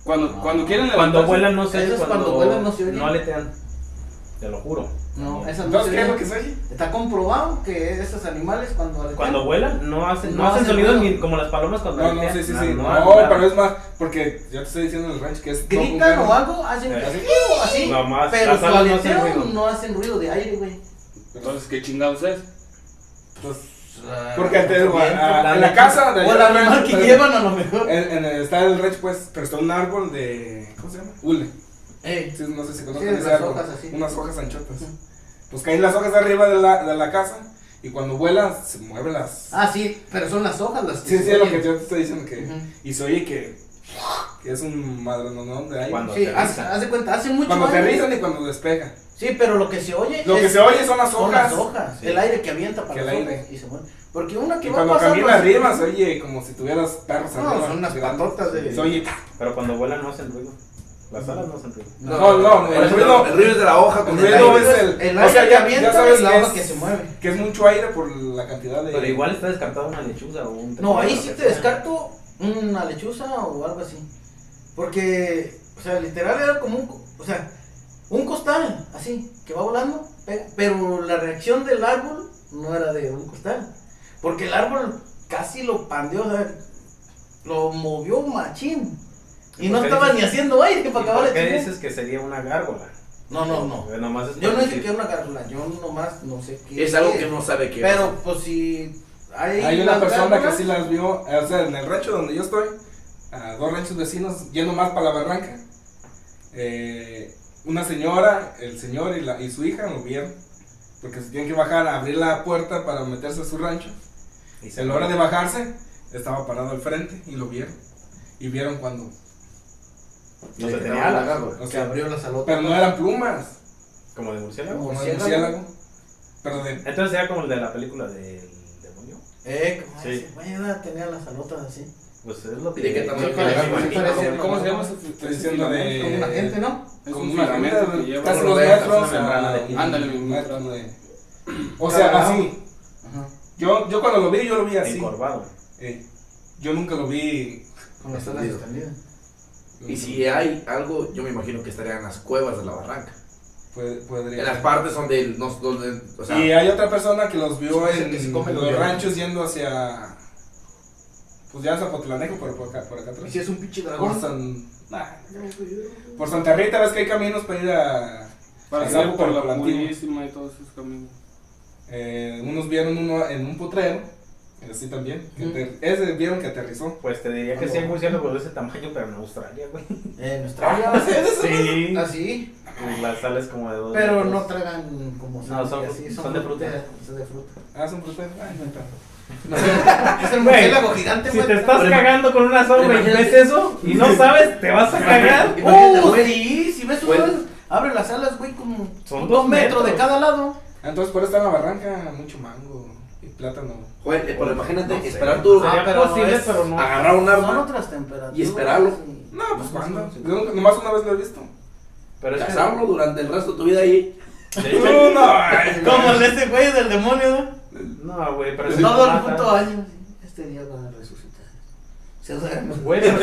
A: Cuando, cuando quieren levantarse.
D: Cuando vuelan no se
B: Eso
D: oye.
B: es cuando vuelan, no se oye.
D: No aletean. Te lo juro.
B: No, esa no
C: Entonces,
B: se
C: ¿qué es
B: oye.
C: lo que se oye?
B: Está comprobado que esos animales cuando aletean-
D: Cuando vuelan no hacen, no
B: No
D: hacen
B: hacen
D: sonidos
B: ruido.
D: ni como las palomas cuando
C: No, no,
D: aletean.
C: sí, sí,
D: Ah,
C: sí.
D: no,
C: No,
D: no,
C: pero
D: no.
C: es más, porque yo te estoy diciendo en el ranch que es.
B: gritan o
C: no,
B: algo, hacen
D: Así.
B: "Iu", así.
D: Nomás,
B: pero
D: las
B: su
D: alas no hacen
B: aleteo
D: ruido.
B: no hacen ruido de aire, güey.
A: Entonces, ¿qué chingados es?
C: Porque te digo, a- a- en
D: Dale.
C: la casa de
B: O el animal que
C: pero- Eh.
B: llevan a lo mejor.
C: en- en el- está el ranch, pues, pero está un árbol de. ¿Cómo se llama? Hule.
B: Eh,
C: Sí, no sé si conocen
B: Sí,
C: ese
B: las
C: árbol.
B: hojas así.
C: Unas hojas anchotas. Pues caen las hojas arriba de la, de la casa y cuando vuelan se mueven las.
B: Ah, sí, pero son las hojas las que
C: sí, sí,
B: se
C: es lo
B: oyen.
C: que yo te estoy diciendo que.
B: Ujú.
C: Y se oye que. que es un madrononón de ahí.
D: Cuando
B: Sí,
D: aterrizan.
B: haz, haz de cuenta, hace mucho
C: Cuando
B: años-
C: aterrizan y cuando despegan.
B: Sí, pero lo que se oye
C: Lo
B: es-
C: que se oye son las
B: son las
C: hojas.
B: hojas,
D: Sí.
B: el aire que avienta para
C: Que el
B: las
C: aire.
B: hojas y se mueve. Porque una que
C: Y
B: va
C: cuando
B: pasando
C: camina
B: así-
C: arriba se oye como si tuvieras perros
B: No,
C: arriba.
B: son unas
C: grandes.
B: patotas de-
C: Se oye.
D: Pero cuando vuelan no hacen ruido. Las alas no hacen ruido.
C: No, no,
E: El,
C: el
E: ruido,
C: ruido.
E: el ruido es de la hoja con
C: El
E: el
B: El
C: ruido
E: aire.
C: es
B: aire,
C: el-
B: el
C: o
B: aire
C: sea,
B: que
C: ya-
B: avienta
C: ya sabes
B: y la
C: que
B: hoja
C: es-
B: que se mueve.
C: Que es mucho aire por la cantidad de.
D: Pero igual está descartada una lechuza o un
B: No, ahí
D: tecolote,
B: sí
D: lo
B: te
D: que sea.
B: descarto una lechuza o algo así. Porque, o sea, literal era como un, co- o sea, un costal, así, que va volando, pega. pero la reacción del árbol no era de un costal. Porque el árbol casi lo pandeó, o sea, lo movió machín. Y
D: ¿Y
B: no
D: por qué
B: estaba
D: dices-
B: ni haciendo aire
D: ¿Y
B: para acabar
D: ¿Por
B: el
D: qué
B: chingo.
D: dices que sería una gárgola?
B: No, no, no.
D: Porque nomás es
B: Yo no
D: para
B: dije que
D: decir-
B: era una gárgola, yo nomás no sé qué.
E: Es algo que no sabe qué
B: Pero pues si hay,
C: Hay una
B: las
C: persona que
B: gárgolas,
C: sí las vio, eh, o sea, en el rancho donde yo estoy, a dos ranchos vecinos, yendo más para la barranca. eh, una señora, el señor y, la, y su hija lo vieron, porque se tienen que bajar a abrir la puerta para meterse a su rancho.
D: Y
C: A
D: se
C: la
D: lo
C: hora de bajarse, estaba parado al frente y lo vieron. Y vieron cuando.
D: No
E: Sí,
D: se
E: no,
D: tenía alas.
E: gárgola.
C: O
B: que
C: sea,
B: abrió las alotas.
C: pero no eran plumas,
D: Como de murciélago.
C: como de
B: Murciélago.
C: murciélago. Pero de.
D: Entonces sería como el de la película del demonio.
B: Eh, como
D: Sí.
B: ese, güey, nada, tenía las alotas así.
D: Pues es lo que.
E: ¿Y de qué tamaño?
D: Sí,
E: Con la
D: sí,
E: gárgola.
D: sí.
B: parece-
A: ¿Cómo se llama ese ese
C: diciendo
D: Eh,
C: de-
B: Como
A: filamento?
B: una gente, ¿no?
A: Es
C: como
A: un
C: una
A: filamento
C: ramera,
A: que lleva
C: casi
E: una
C: los
E: oveja,
C: metros.
D: una membrana de-
C: a-
A: Ándale, mi
C: metros
A: membrana.
C: de- O sea,
B: Cada
C: así.
B: Ajá.
C: Yo, yo cuando lo vi, yo lo vi así.
D: Encorvado.
C: Eh, yo nunca lo vi.
B: Con las alas
E: Entendido.
B: extendidas.
E: Y si hay algo, yo me imagino que estaría en las cuevas de la barranca.
C: Pod- podría-
E: En las partes donde, el- no- donde o sea,
C: y hay otra persona que los vio
B: Es que se-
C: en
B: que se come
C: los
B: lo que-
C: ranchos yendo hacia. Pues ya Zapotlanejo, pero por acá, por acá
B: Y
C: atrás.
B: si es un pinche
C: Por
B: dragón.
C: San. nah. Por Santa Rita, ves que hay caminos para ir a.
A: Para
C: a
A: hacer
C: Zapo
A: por
C: por
A: la
C: Plantín.
A: purísima y todos esos caminos.
C: Eh, unos vieron uno en un potrero. Así también. que
B: Ujú.
C: ater- Ese vieron que aterrizó.
D: Pues te diría que sí hay murciélagos de ese tamaño, pero en Australia, güey.
B: En Australia.
D: Sí.
B: Así.
D: Las alas como de dos.
B: Pero
D: metros.
B: no tragan como
D: No, son- son de fruta.
B: Son de fruta.
C: Ah, es un potrero. Ah, no hay pedo.
B: Es el murciélago gigante,
D: Si te
B: güey.
D: estás
E: Pero-
D: cagando con una sombra y ves eso y no sabes, te vas a cagar.
B: Imagínate,
D: Uh,
B: güey, sí, si ves
E: Güey.
B: uno, abre las alas, güey, como
D: Son
B: dos
D: dos
B: metros de
D: metros.
B: cada lado.
C: Ah, Entonces por eso está en la barranca mucho mango. y plátano.
E: Joder, eh, pero imagínate,
B: no sé.
E: esperar tu.
D: Sería
B: Ah, pero no
D: posible,
B: es-
D: pero no.
E: agarrar un
B: Son
E: arma.
B: otras temperaturas.
E: y esperarlo.
B: sí.
C: No, pues cuando.
B: sí.
C: Nomás una vez lo he visto.
D: Pero es que-
E: Casarlo durante el resto de tu vida ahí.
D: de
C: No,
D: hecho-
C: no, ay,
B: Como el de ese güey del demonio, ¿no?
D: No, güey, pero si
B: Todo
D: lo
B: el
D: matan-
B: puto año. Este día van a resucitar. Se duerme.
D: Güey, pero-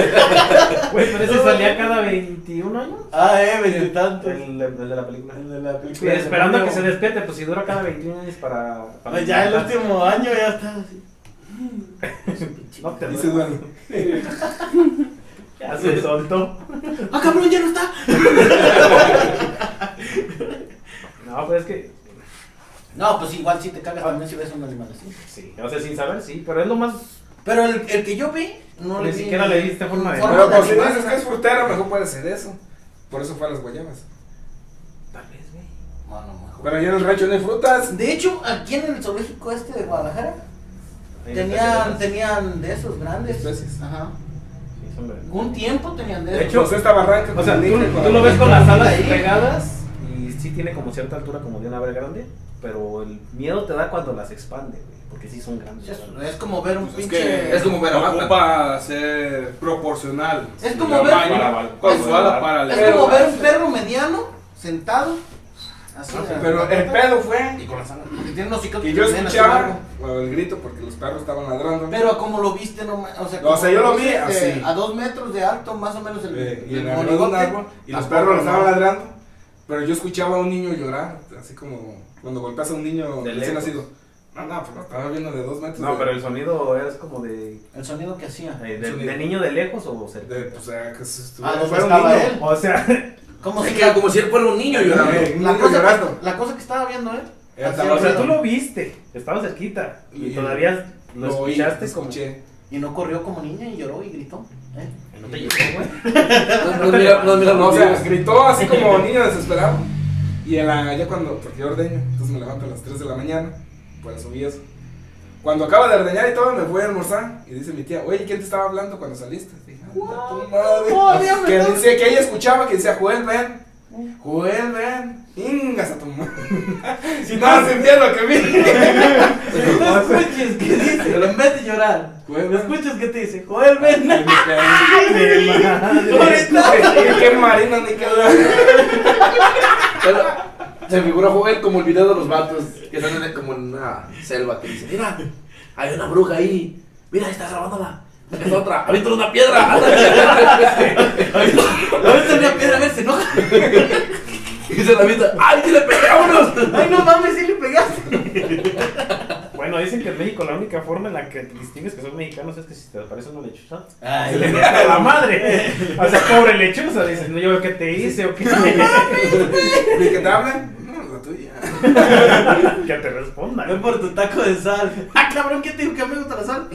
D: güey, pero ese salía cada 21 años.
B: Ah, eh, veintitantos.
D: El, el de la película.
B: El de la película. del
D: Esperando a que se
B: demonio.
D: despierte, pues si dura cada 21 años para. para
B: Pues ya el último año ya está así.
D: No te
C: Y se duerme.
D: Ya se soltó.
B: ¡Ah, cabrón, ya no está!
D: No, pues es que.
B: No, pues igual si te cagas también si ves un animal así.
D: Sí, o sea, sin saber, sí, pero es lo más.
B: Pero el, el que yo vi, no
D: Ni
B: vi
D: siquiera le diste forma de-
C: Pero
B: de
C: pues si
B: animal.
C: dices que es frutero, pues. mejor puede ser eso. Por eso fue a las guayabas.
D: Tal vez, güey.
B: Bueno, mejor.
C: Pero allá en el rancho no hay frutas.
B: De hecho, aquí en el zoológico este de Guadalajara,
D: Ahí
B: tenían,
D: está.
B: tenían de esos grandes.
C: Especies.
B: Ajá.
D: Sí, son verdes.
B: Un tiempo tenían de esos.
D: De hecho,
C: Pues esta barranca.
D: O sea,
C: como dije,
D: tú,
C: para-
D: tú lo ves con las alas
B: Ahí.
D: pegadas y sí tiene como cierta altura como de una ave grande, pero el miedo te da cuando las expande, güey, porque sí son grandes.
B: es,
D: grandes.
B: es como ver un
E: Pues es
B: pinche.
E: que- es como ver a Batman.
A: Ocupa ser proporcional.
B: Es como
A: La
B: ver-
A: maña
D: Para-
A: con
D: para-
A: su ala
D: para-
B: es
A: paralela.
B: como ver un perro mediano sentado. Así.
C: Pero el pedo fue
E: Y con las alas.
B: Porque tiene unos hocicotes
C: que yo
B: que se ven así
C: escuchaba
B: largo.
C: o el grito porque los perros estaban ladrando.
B: Pero como lo viste, no ma- O sea,
C: O
B: como
C: sea, yo lo vi
B: viste,
C: así.
B: A dos metros de alto, más o menos el.
C: Eh, y
B: el
C: en la de un
B: monigote.
C: árbol y los
B: Tampoco,
C: perros estaban
B: ¿no?
C: ladrando pero yo escuchaba a un niño llorar así como cuando golpeas a un niño
D: De
C: recién
D: lejos.
C: nacido no no pues lo estaba viendo de dos metros
D: No,
C: de,
D: pero el sonido es como de,
B: El sonido que hacía.
D: Eh, de, de-
C: Sonido.
D: de niño de lejos o cerca.
C: de pues eh, que se
B: Ah,
C: estuviera
B: donde
C: fuera un
B: estaba
C: niño.
B: él.
D: O sea,
B: Como
E: Se
B: si
E: queda como si él fuera un niño llorando.
C: Eh, un
B: La
C: niño
B: cosa,
C: llorando.
B: que, la cosa que estaba viendo eh, él.
C: Era
B: hacía
C: tan-
D: o sea,
B: ruido
D: tú lo viste, estaba cerquita y,
C: Y-
D: todavía lo,
C: oí,
D: escuchaste como...
C: escuché
B: Y no corrió como niña y lloró y gritó. ¿eh?
D: No te llegó, güey.
E: No, no, mira, no, mira,
C: no,
E: no,
C: o sea
E: mira.
C: gritó así como niño desesperado y en la, ya cuando porque yo ordeño entonces me levanto a las 3 de la mañana por eso vi eso cuando acaba de ordeñar y todo me voy a almorzar y dice mi tía oye quién te estaba hablando cuando saliste dije, "Ah, tu madre".
B: Oh, Dios, Mm.
C: que
B: me-
C: dice que ella escuchaba que decía Joel ven Joel ven Ingas a tu madre. Si no, se entiende lo que vi.
B: Pero no escuches que dice, pero en vez de llorar,
C: Joel,
B: no
C: ven.
B: escuches que te dice, joder, ven.
C: Ahorita. Qué marina ni queda.
E: Pero se figura joven como el video de los vatos que están en- como en una selva que dice, mira, hay una bruja ahí, mira, está grabándola. Es otra, aviéntale una piedra.
B: Ahorita una piedra, a ver, se enoja.
E: y se la avienta, ¡ay, sí le pegué a unos!
B: Ay, no mames, sí le pegaste.
D: Bueno, dicen que en México la única forma en la que distingues que son mexicanos es que si te aparece una lechuza,
B: Ay,
D: se le mete a la madre. O sea, pobre lechuza, dices, no, yo veo que te hice o que,
C: ¿De que te hablan? No, la tuya.
D: que te responda.
B: Ven por tu taco de sal. Ah, cabrón, ¿qué te digo que a mí me gusta la sal?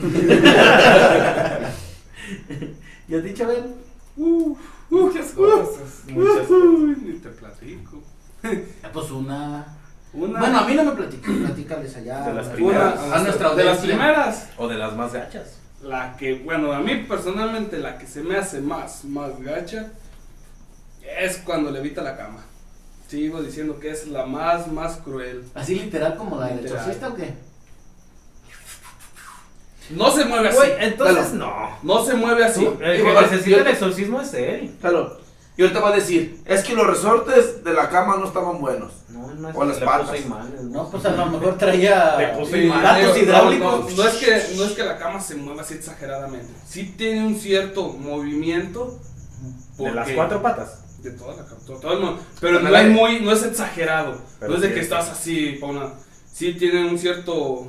B: ¿Y a ti, Chabel?
C: Uh, uh, qué cosas.
D: Muchas
C: Uh, ni te platico.
B: Ah, Pues una.
C: Una.
B: Bueno, a mí no me platican, platícales allá.
D: De las
B: a-
D: primeras.
B: A nuestra
A: de las
B: audiencia.
A: primeras,
D: O de las más gachas.
A: la que, bueno, a mí personalmente la que se me hace más, más gacha es cuando levita la cama. Sigo diciendo que es la más, más cruel.
B: Así literal como la del
A: Literal.
B: exorcista o qué?
A: No se mueve así.
D: Güey, entonces no.
A: No se mueve así.
D: Tú, el que
E: Digo, yo-
D: necesita el exorcismo es él.
E: Claro, y ahorita va a decir, es que los resortes de la cama no estaban buenos.
D: No, no es
E: O las
D: le
E: patas.
D: puso imanes,
B: No, pues a lo mejor traía.
D: Le puso
A: Sí,
D: imanes.
B: Datos
A: no,
B: hidráulicos.
A: No, no es que, no es que la cama se mueva así exageradamente. Sí tiene un cierto movimiento.
D: De las
A: porque-
D: cuatro patas.
A: De toda la cama. Todo, todo el mundo. Pero
E: Con
A: no
E: el
A: es,
E: aire.
A: muy, no es exagerado.
D: Pero
A: no es de
D: sí
A: que
D: es.
A: estás así, pa' una. Sí tiene un cierto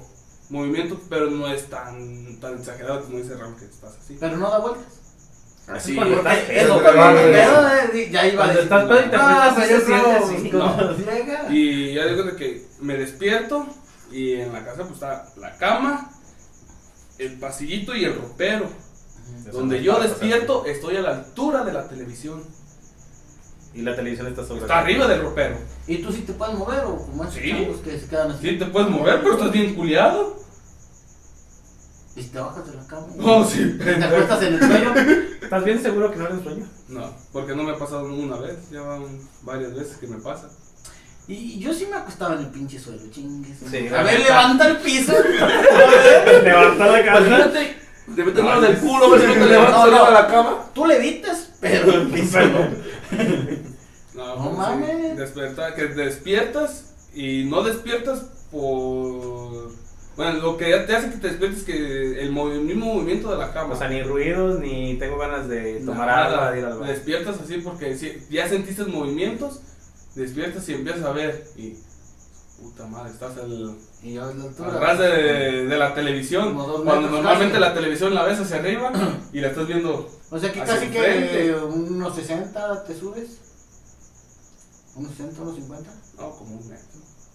A: movimiento, pero no es tan, tan exagerado como dice Ram que estás así.
B: Pero no da vueltas.
E: Así,
D: cuando
E: porque-
D: estás
B: Eso,
E: pero-
B: cuando
E: pero-
B: pedo, eh, ya iba a
D: Cuando
B: decir.
D: estás pedo y te
B: Ah,
D: acuestas,
B: pues
D: sí
B: yo
D: se siente,
B: creo,
D: sí.
B: como llega.
A: Y ya digo de que me despierto y en la casa pues está la cama, el pasillito y el ropero. Donde yo despierto estoy a la altura de la televisión.
D: Pues Y la televisión está sobre.
A: Está arriba del ropero.
B: ¿Y tú sí te puedes mover o como esos
A: Sí.
B: changos que se quedan así?
A: Sí, te puedes mover, pero estás bien culiado.
B: Y te bajas de la cama.
A: No, Oh, sí,
B: Te
A: pendejo.
B: acuestas en el suelo.
D: ¿Estás bien seguro que no eres sueño?
A: No, porque no me ha pasado una vez, ya van varias veces que me pasa.
B: Y yo sí me acostaba en el pinche suelo, chingues.
D: Sí,
B: a
D: la
B: ver,
D: neta.
B: levanta el piso.
D: Levantar Pues la cabeza.
A: Imagínate,
E: Te meten mano del culo, a ver si no te levantas
B: No, no.
E: arriba de la cama.
B: Tú levitas, pero el piso.
A: No,
B: No
A: pues, sí.
B: mames.
A: Desperta, que despiertas y no despiertas por. Bueno, lo que te hace que te despiertes es que el movi- mismo movimiento de la cama.
D: O sea, ni ruidos, ni tengo ganas de tomar
A: Nada.
D: agua, de ir al baño.
A: Despiertas así porque si- ya sentiste movimientos, despiertas y empiezas a ver. Y. Puta madre, estás al,
B: Y yo,
A: al
B: doctora.
A: ras de, de la televisión.
B: Como dos
A: Cuando
B: metros
A: normalmente
B: casi.
A: la televisión la ves hacia arriba y la estás viendo.
B: O sea que
A: hacia
B: casi que
A: enfrente.
B: eh, unos 60 te subes. Unos 60, unos 50.
A: No, como un metro.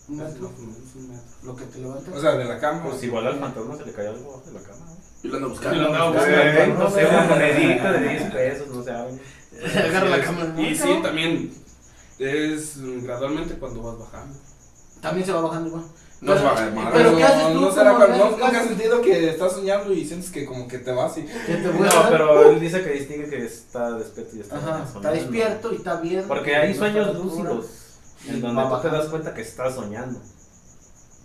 B: Un
A: Más
B: metro.
A: o menos un metro.
B: Lo que te levantas.
C: O sea, de la cama.
D: Pues igual al fantasma se le cayó algo abajo de la cama.
E: Y lo ando
A: Y lo
E: buscando.
A: andaba
D: güey.
A: buscando.
D: Eh, No sé, una monedita de 10 pesos, no sé, algo.
B: Agarra
A: Así
B: la
A: es.
B: cámara.
A: Y
B: Ah,
A: sí,
B: cabrón.
A: también es mm, gradualmente cuando vas bajando.
B: También se va bajando igual.
E: No se
B: Pero-
E: baja de madre.
B: Pero ¿qué haces tú?
C: No, será,
B: ¿Cómo
C: pero
B: le
C: no,
B: haces?
C: nunca has sentido que estás soñando y sientes que como que te vas y.
B: Que te vuelve a
D: No,
B: dar.
D: pero él dice que distingue que está despierto y está
B: Ajá,
D: sonando.
B: está despierto y está bien.
D: Porque hay
B: No
D: sueños
B: está oscuro.
D: lúcidos
B: Y
D: en donde
B: va
D: tú te
B: bajando.
D: das cuenta que estás soñando.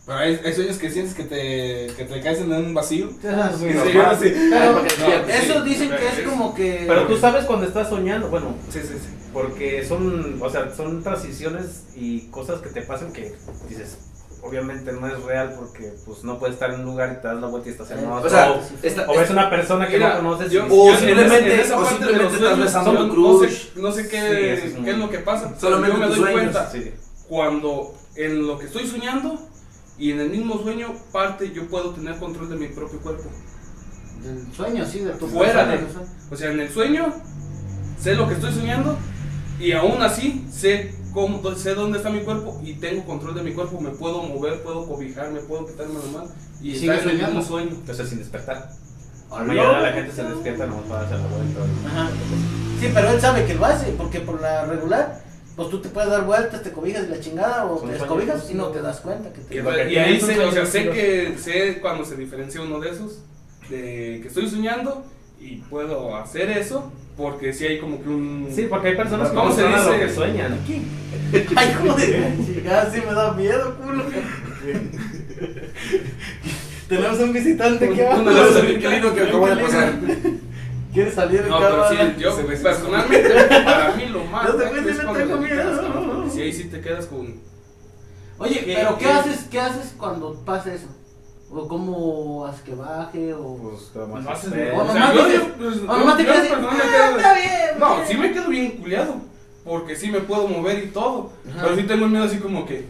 C: Pero hay, hay sueños que sientes que te, que te caes en un vacío.
B: Ajá, sí.
C: Y
D: normal.
C: se llena así.
B: Pero
A: No,
B: eso
A: sí,
B: dicen que es
A: es-
B: como que.
D: Pero tú sabes cuando estás soñando, bueno,
C: Sí, sí, sí.
D: porque son, o sea, son transiciones y cosas que te pasan que dices, obviamente no es real porque pues no puedes estar en un lugar y te das la vuelta y estás en otro.
E: O sea,
D: o,
E: esta-
D: o ves una persona que
A: Mira,
D: no conoces y
A: yo-
D: dices,
E: O
A: yo en
E: simplemente-
A: esa- en esa
E: o
A: parte de
E: simplemente
A: los
E: estás
A: sueños,
E: besando
A: yo
E: un
A: no sé-
E: crush.
A: No sé
D: Sí,
A: qué,
D: eso es muy-
A: qué es lo que pasa.
E: Solamente
A: yo me
E: tus
A: doy
E: sueños,
A: cuenta
D: sí.
A: cuando en lo que estoy soñando y en el mismo sueño parte yo puedo tener control de mi propio cuerpo.
B: Del sueño, sí, de tu
A: Fuera
B: persona,
A: de-
B: o sea.
A: O sea, en el sueño sé lo que estoy soñando y aún así sé cómo, dó- sé dónde está mi cuerpo y tengo control de mi cuerpo, me puedo mover, puedo cobijarme, puedo quitarme lo mal y
B: Sigue
A: estar en el
B: soñando.
A: mismo sueño.
D: Entonces sin despertar. La
B: Hola.
D: mayoría de la gente se despierta nomás para hacer la vuelta.
B: Ajá. Sí, pero él sabe que lo hace, porque por la regular, pues tú te puedes dar vueltas, te cobijas de la chingada o
D: Son
B: te
D: sueños
B: descobijas y no
D: lúcidos.
B: te das cuenta que
A: Y,
D: Que
B: te.
D: lo que
A: y ahí
D: tienes
A: sé,
D: son
A: o sea, sé
D: sueños
A: que sé cuando se diferencia uno de esos, de que estoy soñando y puedo hacer eso porque si hay como que un...
D: Sí, porque hay personas que
A: ¿Cómo
D: no
A: se
D: saben lo
A: dice?
D: que sueñan.
B: Ay, joder, chingada, sí me da miedo, culo. Tenemos un visitante que va.
A: Un-
E: No, es el inquilino que acabo de pasar.
B: Quiere salir de
A: No, pero
B: cámara.
A: sí, yo
C: Se me-
A: personalmente, para mí lo más...
B: Yo te
A: gacho
B: cuento,
A: es
B: yo
A: cuando
B: tengo
A: te quedas
B: miedo.
A: con- porque Si ahí sí te quedas con...
B: Oye,
A: ¿Qué-
B: pero ¿qué,
A: qué?
B: haces, ¿qué haces cuando pasa eso? ¿O cómo haces que baje? ¿O,
D: Pues, lo más
A: Pues, no haces
D: esperas.
B: o
A: nada. O sea,
B: nomás
A: yo-
B: dices-
A: yo- pues,
B: o nomás te
A: yo
B: quedas así,
A: personalmente
B: "Ah,
A: quedo-
B: está bien,
A: No,
B: bien"?
A: sí me quedo bien culiado. Porque sí me puedo mover y todo.
B: Ajá.
A: Pero sí tengo el miedo así como que.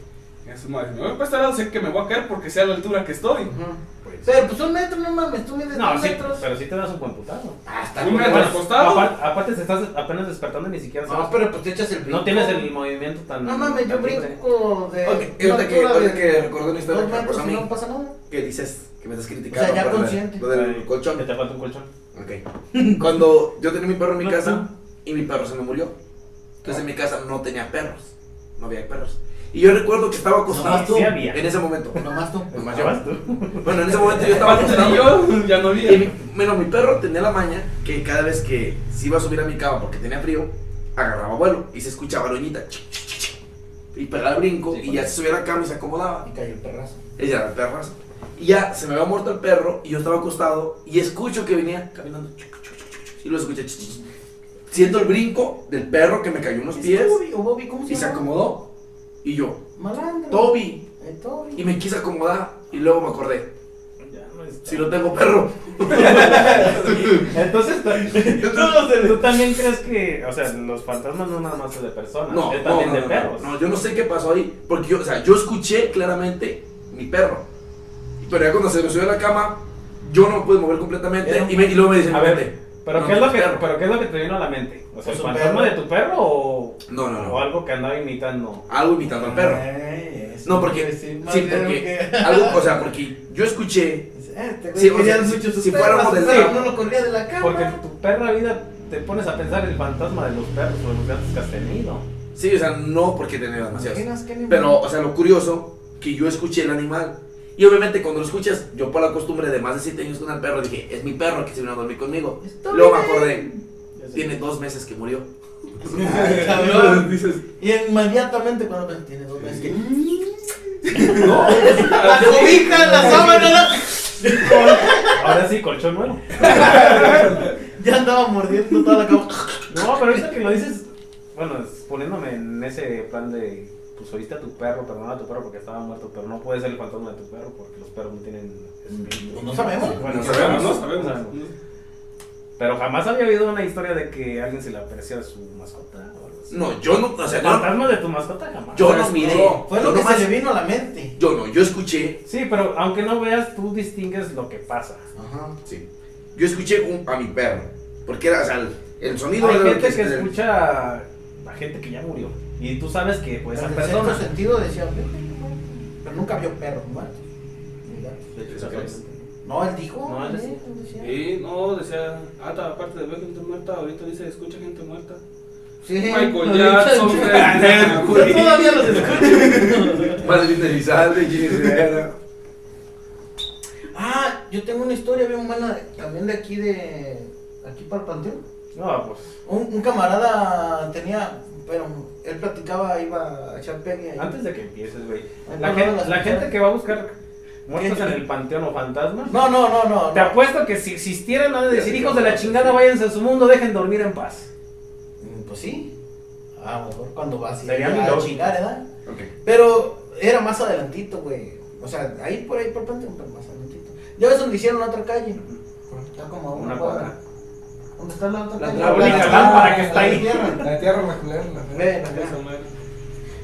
A: Eso madre, me voy para este lado, sé que me voy a caer porque sea la altura que estoy.
B: Ajá.
D: Pues,
B: Pero pues un metro, no mames, tú mides
D: No,
B: dos
D: sí,
B: metros.
D: pero sí te das un buen putado.
B: Hasta
A: Un metro
D: Bueno,
A: acostado. Ah,
D: apar- Aparte, se estás apenas despertando y ni siquiera
E: Ah,
B: No,
D: sabes.
B: pero pues te echas el brinco.
D: No tienes el movimiento tan.
B: No mames, yo
D: tan libre.
B: brinco de.
E: Ok, y
B: una
E: ahorita que,
B: altura
E: ahorita
B: de
E: que recordé una historia
B: Dos
E: que me pasó a
B: metros y
E: mí,
B: no pasa nada.
E: que dices que me estás criticando.
B: O sea, ya
E: por la-
B: consciente.
E: Lo del colchón.
D: Que te falta un colchón.
E: Ok. Cuando yo tenía mi perro en mi
D: No,
E: casa
D: no.
E: y mi perro se me murió. Entonces en mi casa no tenía perros. No había perros. Y yo recuerdo que estaba
D: Nomás
E: acostado
D: tú. Sí había.
E: en ese momento.
B: Nomás tú.
E: Nomás yo.
D: ¿Llevas tú?
E: Bueno, en ese momento yo estaba
A: Aparte
E: acostado.
A: de yo, ya no
E: Y
A: vi.
E: mi- bueno, mi perro tenía la maña que cada vez que se iba a subir a mi cama porque tenía frío, agarraba vuelo y se escuchaba la uñita. chic, chic, chic, chic, Y pegaba el brinco
D: Sí,
E: y ya se subía a la cama y se acomodaba.
B: Y cayó el perrazo.
E: Ella era el perrazo. Y ya se me había muerto el perro y yo estaba acostado y escucho que venía caminando. chuc, chuc, chuc, chuc, chuc, Y lo escuché. chuc, chuc. Siento el brinco del perro que me cayó unos pies
B: Bobby, o Bobby, ¿cómo se
E: y se
B: llama?
E: acomodó. Y yo,
B: Malandro.
E: Toby.
B: El Toby.
E: Y me quise acomodar y luego me acordé.
D: Ya no está.
E: Si no tengo perro.
D: Entonces, tú, tú también crees que. O sea, los fantasmas no nada más son de personas.
E: No,
D: es
E: no,
D: también
E: no,
D: de
E: no,
D: perros.
E: no, yo no sé qué pasó ahí. Porque yo, o sea, yo escuché claramente mi perro. Pero ya cuando se me subió a la cama, yo no me pude mover completamente.
B: Era un-
E: Y, me, y luego me dice,
D: A ver, pero,
E: No,
D: ¿qué es
E: no,
D: lo que,
E: perro.
D: pero ¿qué es lo que te vino a la mente? O sea,
B: Pues
D: ¿el
B: un
D: fantasma de
B: perro.
D: tu perro o,
E: no, no,
D: o
E: no.
D: algo que andaba imitando?
E: Algo imitando al perro.
B: Ay, Eh, eso
E: No, porque-
B: quiere decir más
E: Sí,
B: bien
E: porque
B: que-
E: algo, o sea, porque yo escuché,
B: Este güey
E: Sí, o
B: quería
E: sea,
B: mucho
E: si-
B: sus
E: si
B: perras,
E: fuéramos del-
B: pero no lo corría de la cama.
D: Porque tu perra vida te pones a pensar el fantasma de los perros o de los gatos que has tenido.
E: sí, o sea, no porque tenía demasiados.
B: Imaginas qué animal.
E: Pero, o sea, lo curioso, que yo escuché el animal. Y obviamente cuando lo escuchas, yo por la costumbre de más de 7 años con el perro, dije, es mi perro que se vino a dormir conmigo.
B: Está
E: Luego me
B: bien.
E: acordé,
D: Ya sé.
E: tiene dos meses que murió.
B: cabrón.
C: Dices,
B: Y inmediatamente cuando pues, tiene dos meses que.
C: no.
E: Ah,
B: La cobija, la sábana, la-
D: Ahora sí, colchón nuevo.
B: Ya andaba mordiendo toda la cama.
D: No, pero ahorita que lo dices, bueno, es- poniéndome en ese plan de, pues oíste a tu perro, pero no a tu perro porque estaba muerto, pero no puede ser el fantasma de tu perro porque los perros no tienen espíritu.
B: No sabemos.
D: Bueno,
C: Pues No sabemos, no
D: no
C: sabemos.
D: sabemos. Pero jamás había habido una historia de que alguien se le aprecia a su mascota o algo así.
E: No, yo no, o sea,
D: El
E: no,
D: fantasma de tu mascota jamás.
E: yo no miré.
B: Fue
E: yo
B: lo que
E: nomás-
B: se le vino a la mente.
E: Yo no, yo escuché,
D: Sí, pero aunque no veas, tú distingues lo que pasa.
B: Ajá.
E: sí, yo escuché un- a mi perro, porque era, o sea, el, el sonido
D: Hay
E: era lo
D: gente que
E: el-
D: escucha a gente que ya murió. Y tú sabes que pues
B: Pero
D: esa
B: en cierto
D: persona.
B: sentido decía, "Vio perro muerto", pero nunca vio perros muertos. ¿verdad?
D: Exactamente.
B: No, él dijo.
D: No, él decía.
B: él decía.
A: Sí, no, decía, ah, ta- aparte de ver gente muerta, ahorita dice, escucha gente muerta.
B: Sí,
A: Michael
B: lo
A: Jackson,
B: dicho.
A: Fred Mercury.
B: Yo Todavía los escucho.
E: Madre de Elizalde, Jenny Rivera.
B: Ah, yo tengo una historia bien buena también de aquí de. aquí para el panteón.
D: No, pues.
B: Un, un camarada tenía. pero él platicaba, iba a echar pegue ahí.
D: Antes de que empieces, güey.
B: Ay,
D: La,
B: no,
D: gen-
B: no, las
D: la
B: personas.
D: gente que va a buscar muertos
B: ¿Qué?
D: en el panteón o fantasmas.
B: No, no, no, no.
D: Te
B: no.
D: apuesto que si existieran, han de decir, hijos de la chingada, váyanse a su mundo, dejen dormir en paz.
B: Mm, Pues sí. A lo mejor cuando vas y
D: Sería
B: ya
D: mi
B: a
D: lógica.
B: chingar, ¿verdad?
E: Ok.
B: Pero era más adelantito, güey. O sea, ahí por ahí por el panteón, pero más adelantito. Ya ves donde hicieron la otra calle. Está como a una,
D: Una
B: cuadra.
D: cuadra.
B: ¿Dónde está la otra
C: La
B: calle?
C: otra única
B: de
D: lámpara que está
B: la de
D: ahí.
B: tierra.
C: La tierra la culera, la fe.
B: Ven, acá.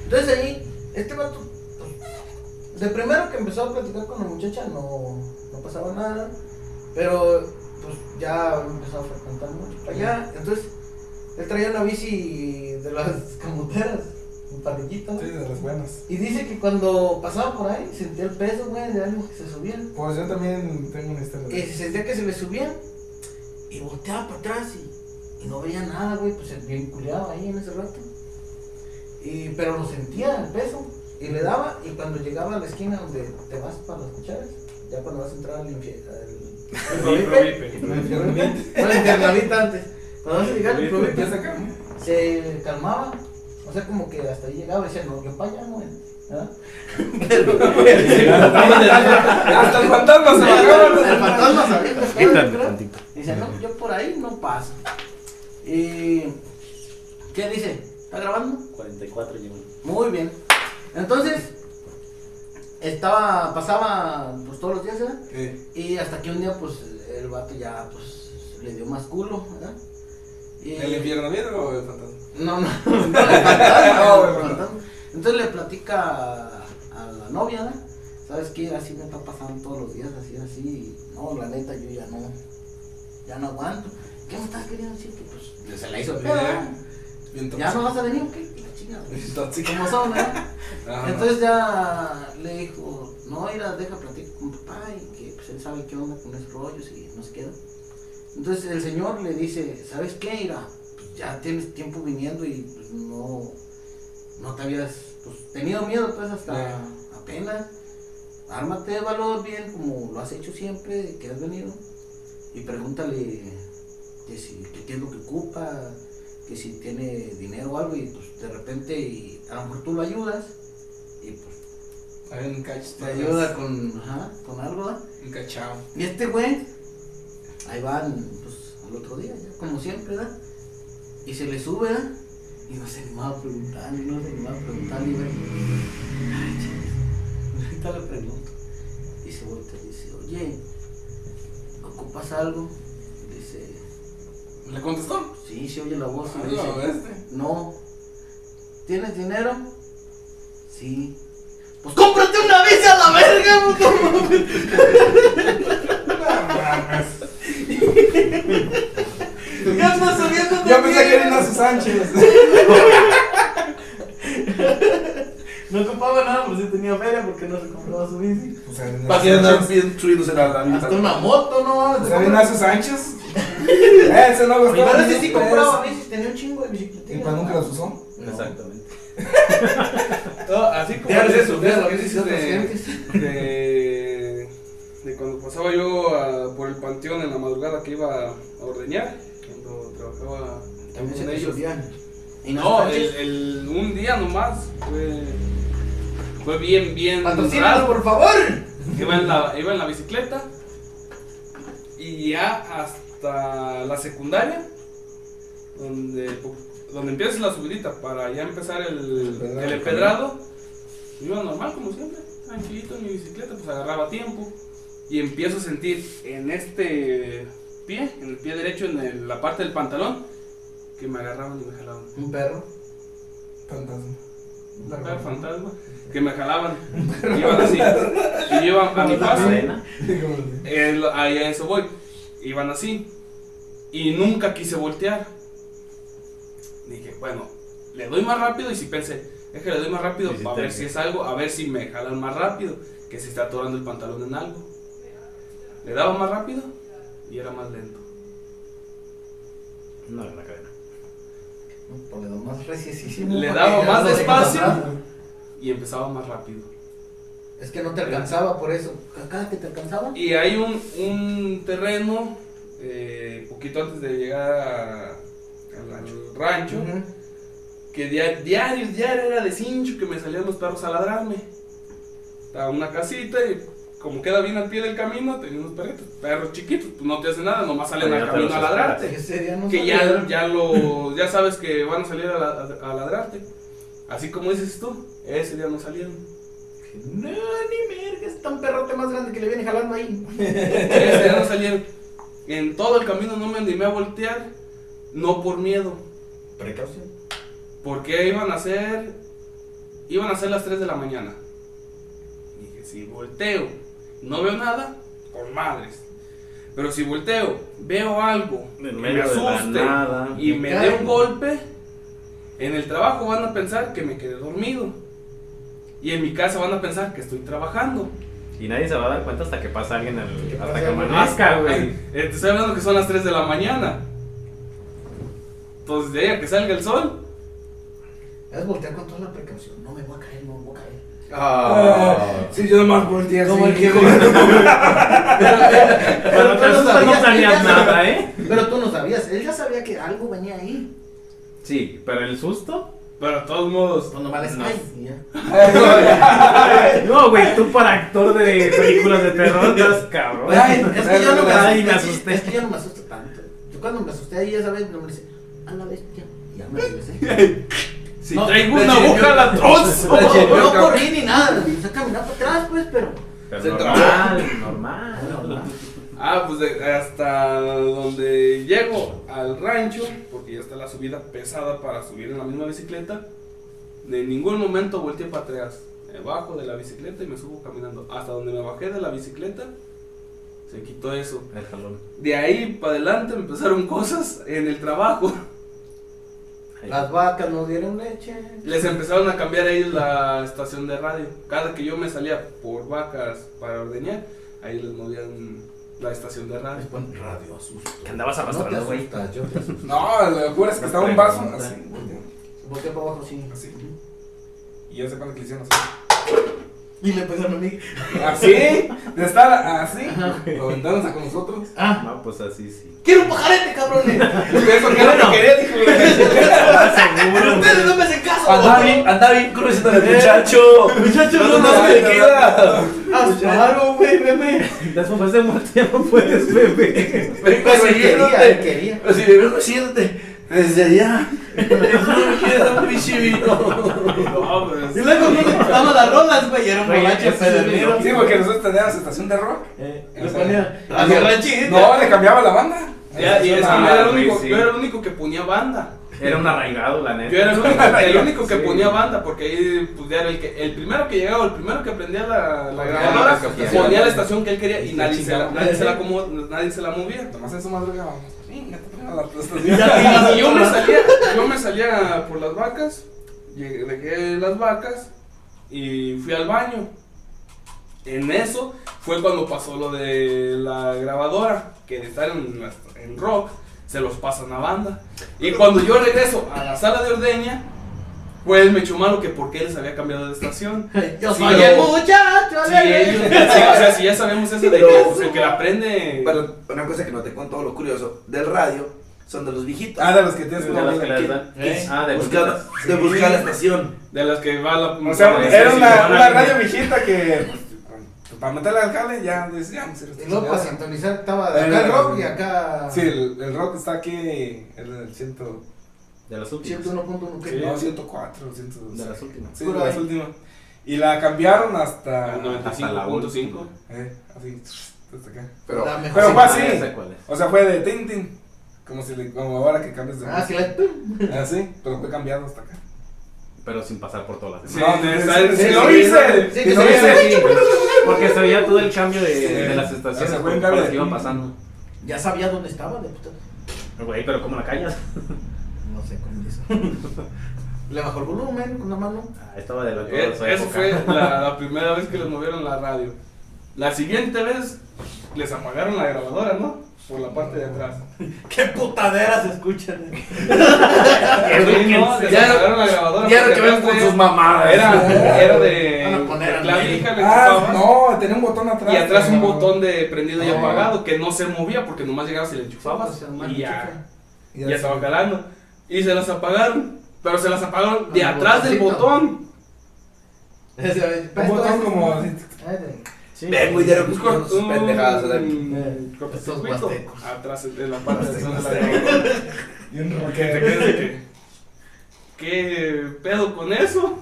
B: Entonces ahí, este vato, pues, de primero que empezó a platicar con la muchacha, no, no pasaba nada, pero pues ya empezó a frecuentar mucho para allá. Entonces, él traía una bici de las camoteras, un parrillito. ¿no?
C: Sí, de las buenas.
B: Y dice que cuando pasaba por ahí, sentía el peso, güey, de algo que se subía.
C: Pues yo también tengo una historia.
B: Que se sentía que se le subía y volteaba para atrás y, y no veía nada, güey, pues se vinculaba ahí en ese rato. Y, pero lo sentía el peso y le daba y cuando llegaba a la esquina donde te vas para las cucharas, ya cuando vas a entrar al infierno,
C: Me hicieron bien.
B: al internavita antes, cuando vas a llegar al
A: Provipe.
B: provipe,
C: Ya sacamos.
B: se calmaba, o sea, como que hasta ahí llegaba y decía, no, yo para allá, güey. ¿verdad? Pero-
C: Hasta el fantasma se bajaron.
B: El fantasma sabía que estaba, yo creo.
D: tantito.
B: Dice, no, yo por ahí no paso. Y. ¿Qué dice? ¿Está grabando?
D: 44 llevo.
B: Muy bien. Entonces, estaba, pasaba pues todos los días, ¿verdad?
C: Sí.
B: Y hasta que un día, pues, el vato ya, pues, le dio más culo, ¿verdad? Y-
C: ¿El infierno viene o el fantasma?
B: No, no, no, el fantasma,
C: No,
B: el
C: güey,
B: fantasma. Entonces le platica a, a la novia, ¿verdad? ¿Sabes qué? Así me está pasando todos los días, así, así. y No, la neta, yo ya no, ya no aguanto. ¿Qué me estás queriendo decir? Que pues se la hizo. el pedo, ¿verdad?
C: Bien
B: ¿Ya no
C: tóxico.
B: vas a venir o qué? La chingada.
C: Tóxico.
B: Como son, ¿verdad?
C: Ajá.
B: Entonces ya le dijo, no, mira, deja platicar con papá y que pues él sabe qué onda con esos rollos y nos queda. Entonces el señor le dice, ¿sabes qué, mira? Pues, ya tienes tiempo viniendo y pues, no, no te habías pues, tenido miedo pues hasta
C: Ya.
B: apenas. Ármate de valor bien como lo has hecho siempre que has venido y pregúntale que si que qué es lo que ocupa, que si tiene dinero o algo y pues de repente y a lo mejor tú lo ayudas y pues
C: Hay un cach-
B: te ayuda con, ajá, con algo. ¿verdad?
C: Un cachao.
B: Y este güey, ahí van, pues, al otro día, ya, como siempre, ¿verdad? Y se le sube, ¿verdad? Y no se animaba a preguntar, y no se animaba a preguntar, y güey. Ay, chale, ahorita le pregunto. Y se voltea y dice, oye, ¿ocupas algo? Dice,
C: ¿Le contestó?
B: sí, se oye la voz y le
C: Ah, no,
B: dice,
C: este.
B: no. ¿Tienes dinero? Sí. Pues cómprate una bici a la verga, puto mames". Ya andas subiendo
C: Yo pensé que
B: también.
C: era Ignacio Sánchez.
B: No ocupaba nada, pues sí tenía feria porque no se compraba su bici.
C: Pues era Ignacio
E: ¿Para qué andar
C: Sánchez.
E: bien subidos en la
B: Hasta
E: vida?
B: una moto, no mames. te
C: Pues era
B: compras-
C: Ignacio Sánchez. Eh, Ese no gustó.
B: Primero sí sí compraba bicis, tenía un chingo de bicicletas.
C: Y pues nunca las usó.
D: Exactamente.
A: No, así como
B: Ya
A: de-
B: se subía
A: de-
B: la bici de
A: de-
B: otras gentes.
A: de, de cuando pasaba yo a- por el panteón en la madrugada que iba a ordeñar, cuando trabajaba
B: También se
A: con
B: le
A: ellos.
B: subían. Y no,
A: No, el,
B: Sánchez.
A: el- un día nomás fue, fue bien, bien.
B: Patrocínanos,
A: raro.
B: por favor.
A: Iba en, la, iba en la bicicleta y ya hasta la secundaria, donde, donde empieza la subidita para ya empezar el,
C: Empedrado.
A: el empedrado, iba normal como siempre, tranquilito en mi bicicleta, pues agarraba tiempo y empiezo a sentir en este pie, en el pie derecho, en el- la parte del pantalón, que me agarraban y me jalaban.
B: Un perro.
C: Fantasma.
A: La cara fantasma, que me jalaban, y iban así, y iban a mi
D: La
A: paso.
D: cadena.
C: Dígame.
A: El, ahí a eso voy. Iban así. Y nunca quise voltear. Dije, bueno, le doy más rápido. Y si pensé, es que le doy más rápido
D: Y si
A: para
D: te-
A: ver si es algo, a ver si me jalan más rápido. Que se está atorando el pantalón en algo. Le daba más rápido y era más lento.
D: No, en la cadena.
B: Por lo más reciesísimo.
A: Le daba más
B: No dejas
A: despacio.
B: atrás.
A: Y empezaba más rápido.
B: Es que no te alcanzaba por eso. Acá que te alcanzaba.
A: Y hay un, un terreno, eh, poquito antes de llegar a- al, al rancho.
C: Ujú.
A: que dia- diario, diario era de cincho que me salían los perros a ladrarme. Estaba una casita y como queda bien al pie del camino, tenía unos perritos, perros chiquitos, pues no te hacen nada, nomás salen
D: Pero
A: al
D: ya te
A: camino
D: los
A: a
D: esperas.
A: ladrarte.
B: Ese día no
A: Que ya,
B: sabía.
A: ya, lo, ya sabes que van a salir a, la- a ladrarte. Así como dices tú, ese día no salieron.
B: No, ni merga, es tan perrote más grande que le viene jalando ahí.
A: Ese día no salieron. En todo el camino no me animé a voltear, no por miedo,
E: Precaución.
A: Porque iban a ser. Iban a ser las 3 de la mañana. Dije, si volteo, no veo nada, por madres. Pero si volteo, veo algo, que
D: En
A: me
D: medio de la
A: asuste
D: nada.
A: y
B: Me
A: me
B: cae.
A: dé un golpe, en el trabajo van a pensar que me quedé dormido. Y en mi casa van a pensar que estoy trabajando.
D: Y nadie se va a dar cuenta hasta que pasa alguien al-
B: Que pasa
D: hasta que
B: alguien.
D: amanezca, güey.
A: Ay, eh, Te estoy hablando que son las 3 de la mañana. Entonces, de ahí a que salga el sol,
B: Es voltear con toda la precaución. No me voy a caer, no me voy a caer.
E: Ah.
C: Sí, yo nomás volteé así. Ah,
B: Como el que-
D: Cuando te
B: tú
D: asustas no sabías
B: él ya sabía-
D: nada, ¿eh?
B: Pero tú no sabías, él ya sabía que algo venía ahí.
D: Sí, pero el susto.
A: pero de todos modos,
B: Cuando mal
D: No.
B: ay, y ya.
D: No, güey, tú para actor de películas de terror, estás cabrón.
C: Ay,
B: Es que yo no me
D: Ay,
B: asusté.
D: me asusté.
B: Es que yo no me asusto tanto. Yo cuando me asusté ahí esa vez, no me dice, a la bestia. Ya me regresé.
A: si
B: No,
A: traigo
B: la
A: una
B: chingué.
A: aguja la trozo.
B: No,
C: Yo-
B: no corrí ni nada. Me hice caminar para atrás, pues, pero.
D: Pero
E: Se
D: normal, normal.
A: Ah, pues de- hasta donde llego al rancho, porque ya está la subida pesada para subir en la misma bicicleta, de ningún momento volteé para atrás. Me bajo de la bicicleta y me subo caminando. Hasta donde me bajé de la bicicleta, se quitó eso.
D: El jalón.
A: De ahí para adelante me empezaron cosas en el trabajo.
D: Ay.
B: Las vacas nos dieron leche.
A: Les empezaron a cambiar ahí la estación de radio. Cada que yo me salía por vacas para ordeñar, ahí les movían la estación de radio.
B: Pon radio asusto.
D: Que andabas
B: No te
D: arrastrando, güey.
B: asustas, yo te asusto.
C: No, la locura es que estaba un vaso así.
B: Voltea para abajo así.
C: Así. Y ya sepan que le hicieron así.
B: Y le pegaron a mí.
C: Así, de estar así, lo aventaron a con nosotros.
B: Ah,
D: No, pues así sí.
B: quiero un pajarete, cabrones.
C: Eso que no lo quería, dijo.
D: Seguro.
B: Ustedes no me hacen caso.
F: Anda bien, anda bien cruzando
E: ¿Eh?
F: el muchacho.
B: Muchachos,
F: No, no, no,
B: me
F: me queda.
B: Ah,
C: Pues
B: Claro, güey, meme.
D: Después de muerte ya no puedes, bebé.
B: Pero pues, él quería, él quería.
F: Pero si me veo consciente, desde allá. No me queda un pinche vino.
A: No, pues,
B: Y luego no le gustaban las rolas, güey. Era un
D: Güey,
B: borracho
D: ese es el
B: pedernido.
C: Sí, porque nosotros teníamos estación de rock.
B: Eh,
C: O
B: Le
C: sea,
B: ponía
C: no,
B: la ranchita.
C: No, le cambiaba la banda.
A: Ya, y es que
C: Ah,
A: yo era, el
D: güey,
A: único,
D: sí.
A: yo era el único que ponía banda.
D: Era un arraigado, la neta.
A: Yo era el único, el único que
D: Sí.
A: ponía banda porque ahí pues, ya era el, que, el primero que llegaba, el primero que aprendía la,
C: Ponía
A: la grabadora,
E: la estación.
A: ponía la estación que él quería y
C: Sí,
A: nadie se la,
C: chingada.
A: nadie se la, acomo- nadie se la movía.
C: Nomás en su madruga, vamos. Venga, te pongo la
B: Y
C: estación.
B: ya tenía
A: Y yo me
B: las rolas.
A: salía, yo me salía por las vacas, llegué- dejé las vacas y fui al baño. En eso fue cuando pasó lo de la grabadora, que de estar en, la- en rock se los pasan a banda. Y cuando yo regreso a la sala de ordeña, pues me echó malo que porque les había cambiado de estación.
B: Yo
A: Sí,
B: soy
A: pero-
B: el muchacho.
A: Si
B: alegre.
A: ellos- si- o sea, si ya sabemos eso de que
E: Pero-
A: pues, el que la aprende.
E: Pero una cosa que no te contó, lo curioso del radio, son de los viejitos.
C: Ah, de los que tienes
D: De las que
C: comida.
D: les dan.
B: ¿Eh?
D: Ah, de
E: Buscar-
D: bolitas.
E: de buscar la estación.
A: De las que va la.
C: O sea,
A: la-
C: era
A: sí,
C: una,
A: van a-
C: una radio viejita que. pues, Para meterle al jale, ya decíamos.
F: Y luego para sintonizar estaba de
C: Eh,
F: acá el
C: no,
F: rock y
C: no.
F: acá.
C: Sí, el, el rock está aquí en el 100, no,
D: De las últimas.
F: 101.1 que
A: Sí.
C: 104, 102.
D: De las últimas.
C: Sí,
F: Por
C: las
F: ahí.
C: últimas. Y la cambiaron hasta.
A: Al 95.5.
C: Eh, así, hasta acá.
E: Pero
F: la mejor.
A: Ah,
C: Pero fue así.
D: Ah, Ya sé cuál es.
C: O sea, fue de Tintin. Como, si le- como ahora que cambias de
F: Ah, sí,
C: música.
F: la.
C: Así, pero fue cambiado hasta acá.
D: Pero sin pasar por todas las
A: Sí,
D: demás.
A: de- ¿sabes?
C: sí,
A: Sí,
C: lo
A: sí,
C: hice.
F: sí,
C: Sí,
F: que
C: lo
F: se
C: hice.
F: vea.
D: Porque se veía todo el cambio de, de las
C: O sea,
D: estaciones
C: fue un
D: por, por las
C: cambio.
D: que iban pasando.
F: Ya sabía dónde estaba, de puta.
D: Güey, pero ¿cómo la callas?
F: No sé cómo es eso. Le bajó el volumen con la mano.
D: Ah, estaba de la
A: Eh, Esa fue la, la primera vez que les movieron la radio. La siguiente vez les apagaron la grabadora, ¿no? Por la parte de atrás.
B: Qué putaderas se escuchan.
D: Pues,
A: Sí, no, les
E: Ya no-
A: apagaron la grabadora.
E: Ya lo
A: porque
E: que ven
A: atrás
E: con
A: de-
E: sus Ah, mamadas.
A: Era, era de.
F: Van a poner a
A: la
F: Nelly.
A: hija le
C: Ah,
A: chupabas,
C: no, tenía un botón atrás.
A: Y atrás un
C: No.
A: botón de prendido y
F: No.
A: apagado que no se movía porque nomás llegabas y le enchufabas.
F: Sí, pues, se
A: y ya,
F: enchufa.
C: Y
A: ya
C: así.
A: estaba calando. Y se las apagaron. Pero se las apagaron de
F: Al
A: atrás del
F: botoncito.
A: botón.
C: Un botón como. así.
E: Ven, güey, de
A: Un
E: los
A: cor- un-
E: pendejadas. ¿verdad?
A: un cortocircuito
F: huastecos.
A: Atrás de la
C: Ah,
A: parte de atrás de la grabadora.
C: Y un
A: Porque te
C: roquete.
A: quedas de que, ¿Qué pedo con eso?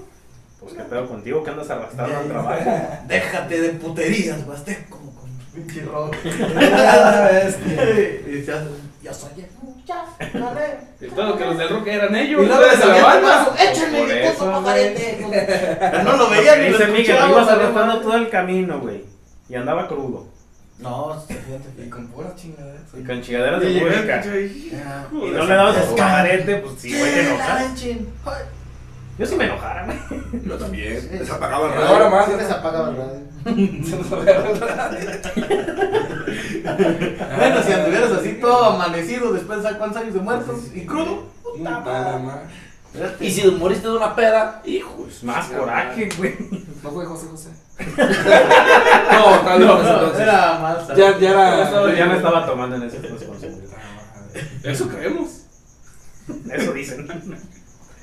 D: Pues qué pedo contigo que andas arrastrando al trabajo.
B: Déjate de puterías, Huasteco. Como con pinche rock. Y se hace-
F: Ya soy el muchacho. dale.
A: El pedo que los del rock eran ellos.
B: Y luego
A: ustedes
B: les
A: a la
B: habían
A: banda.
F: Échame
D: Por
F: mi
D: eso,
F: puto pajarete.
B: Pero no lo
D: Lo que
B: veía ni lo
D: dice Miguel, me
B: escuchaba.
D: ibas
B: ¿sabes?
D: arrastrando todo el camino, güey. Y andaba crudo.
B: No, fíjate que-
C: Y con pura chingada.
D: Y Pues con chingaderas
A: Y
D: de
A: llegué al
D: música.
A: pinche ahí,
F: Ah,
D: Y
A: joder,
D: no le dabas a su camarete, pues sí, güey, te enojas.
F: Joder.
D: Yo sí me enojara, güey.
E: Yo también.
F: Sí.
E: Les apagaba el
C: Pero ahora
E: radio.
C: más.
F: Sí les apagaba el radio.
C: Ah,
B: Bueno, si anduvieras así todo amanecido después de cuántos años de muertos y crudo.
C: Nada más.
E: Y si moriste de una peda, hijo. es
D: Pues, Más coraje, güey.
C: No fue José José.
E: No, tal vez
B: No,
E: entonces.
B: era más.
C: Ya, ya
D: Yo
C: era.
D: ya me estaba tomando en ese responsabilidad.
A: Eso creemos.
D: Eso dicen.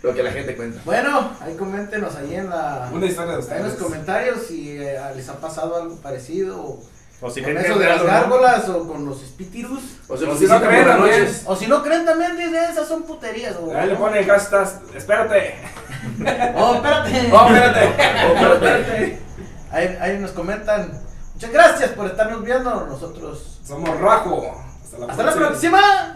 E: Lo que la gente cuenta.
B: Bueno, ahí coméntenos ahí en la.
C: Una historia de
B: ahí en los
C: ustedes.
B: comentarios si eh, les ha pasado algo parecido o
D: O si
B: con
D: creen que
B: eso
D: es
B: de
D: real
B: las
D: o no.
B: gárgolas o con los espíritus.
E: O sea, pues, nos
C: O si no
E: visitan por
C: creen,
E: las
C: también.
E: noches.
B: O si no creen también, dicen esas son puterías. O,
C: Ahí le pone hashtag. Espérate.
B: Oh, espérate.
C: No, espérate.
B: Ahí, ahí nos comentan. Muchas gracias por estarnos viendo. Nosotros.
C: Somos Rajo. Hasta la
B: ¡Hasta la próxima!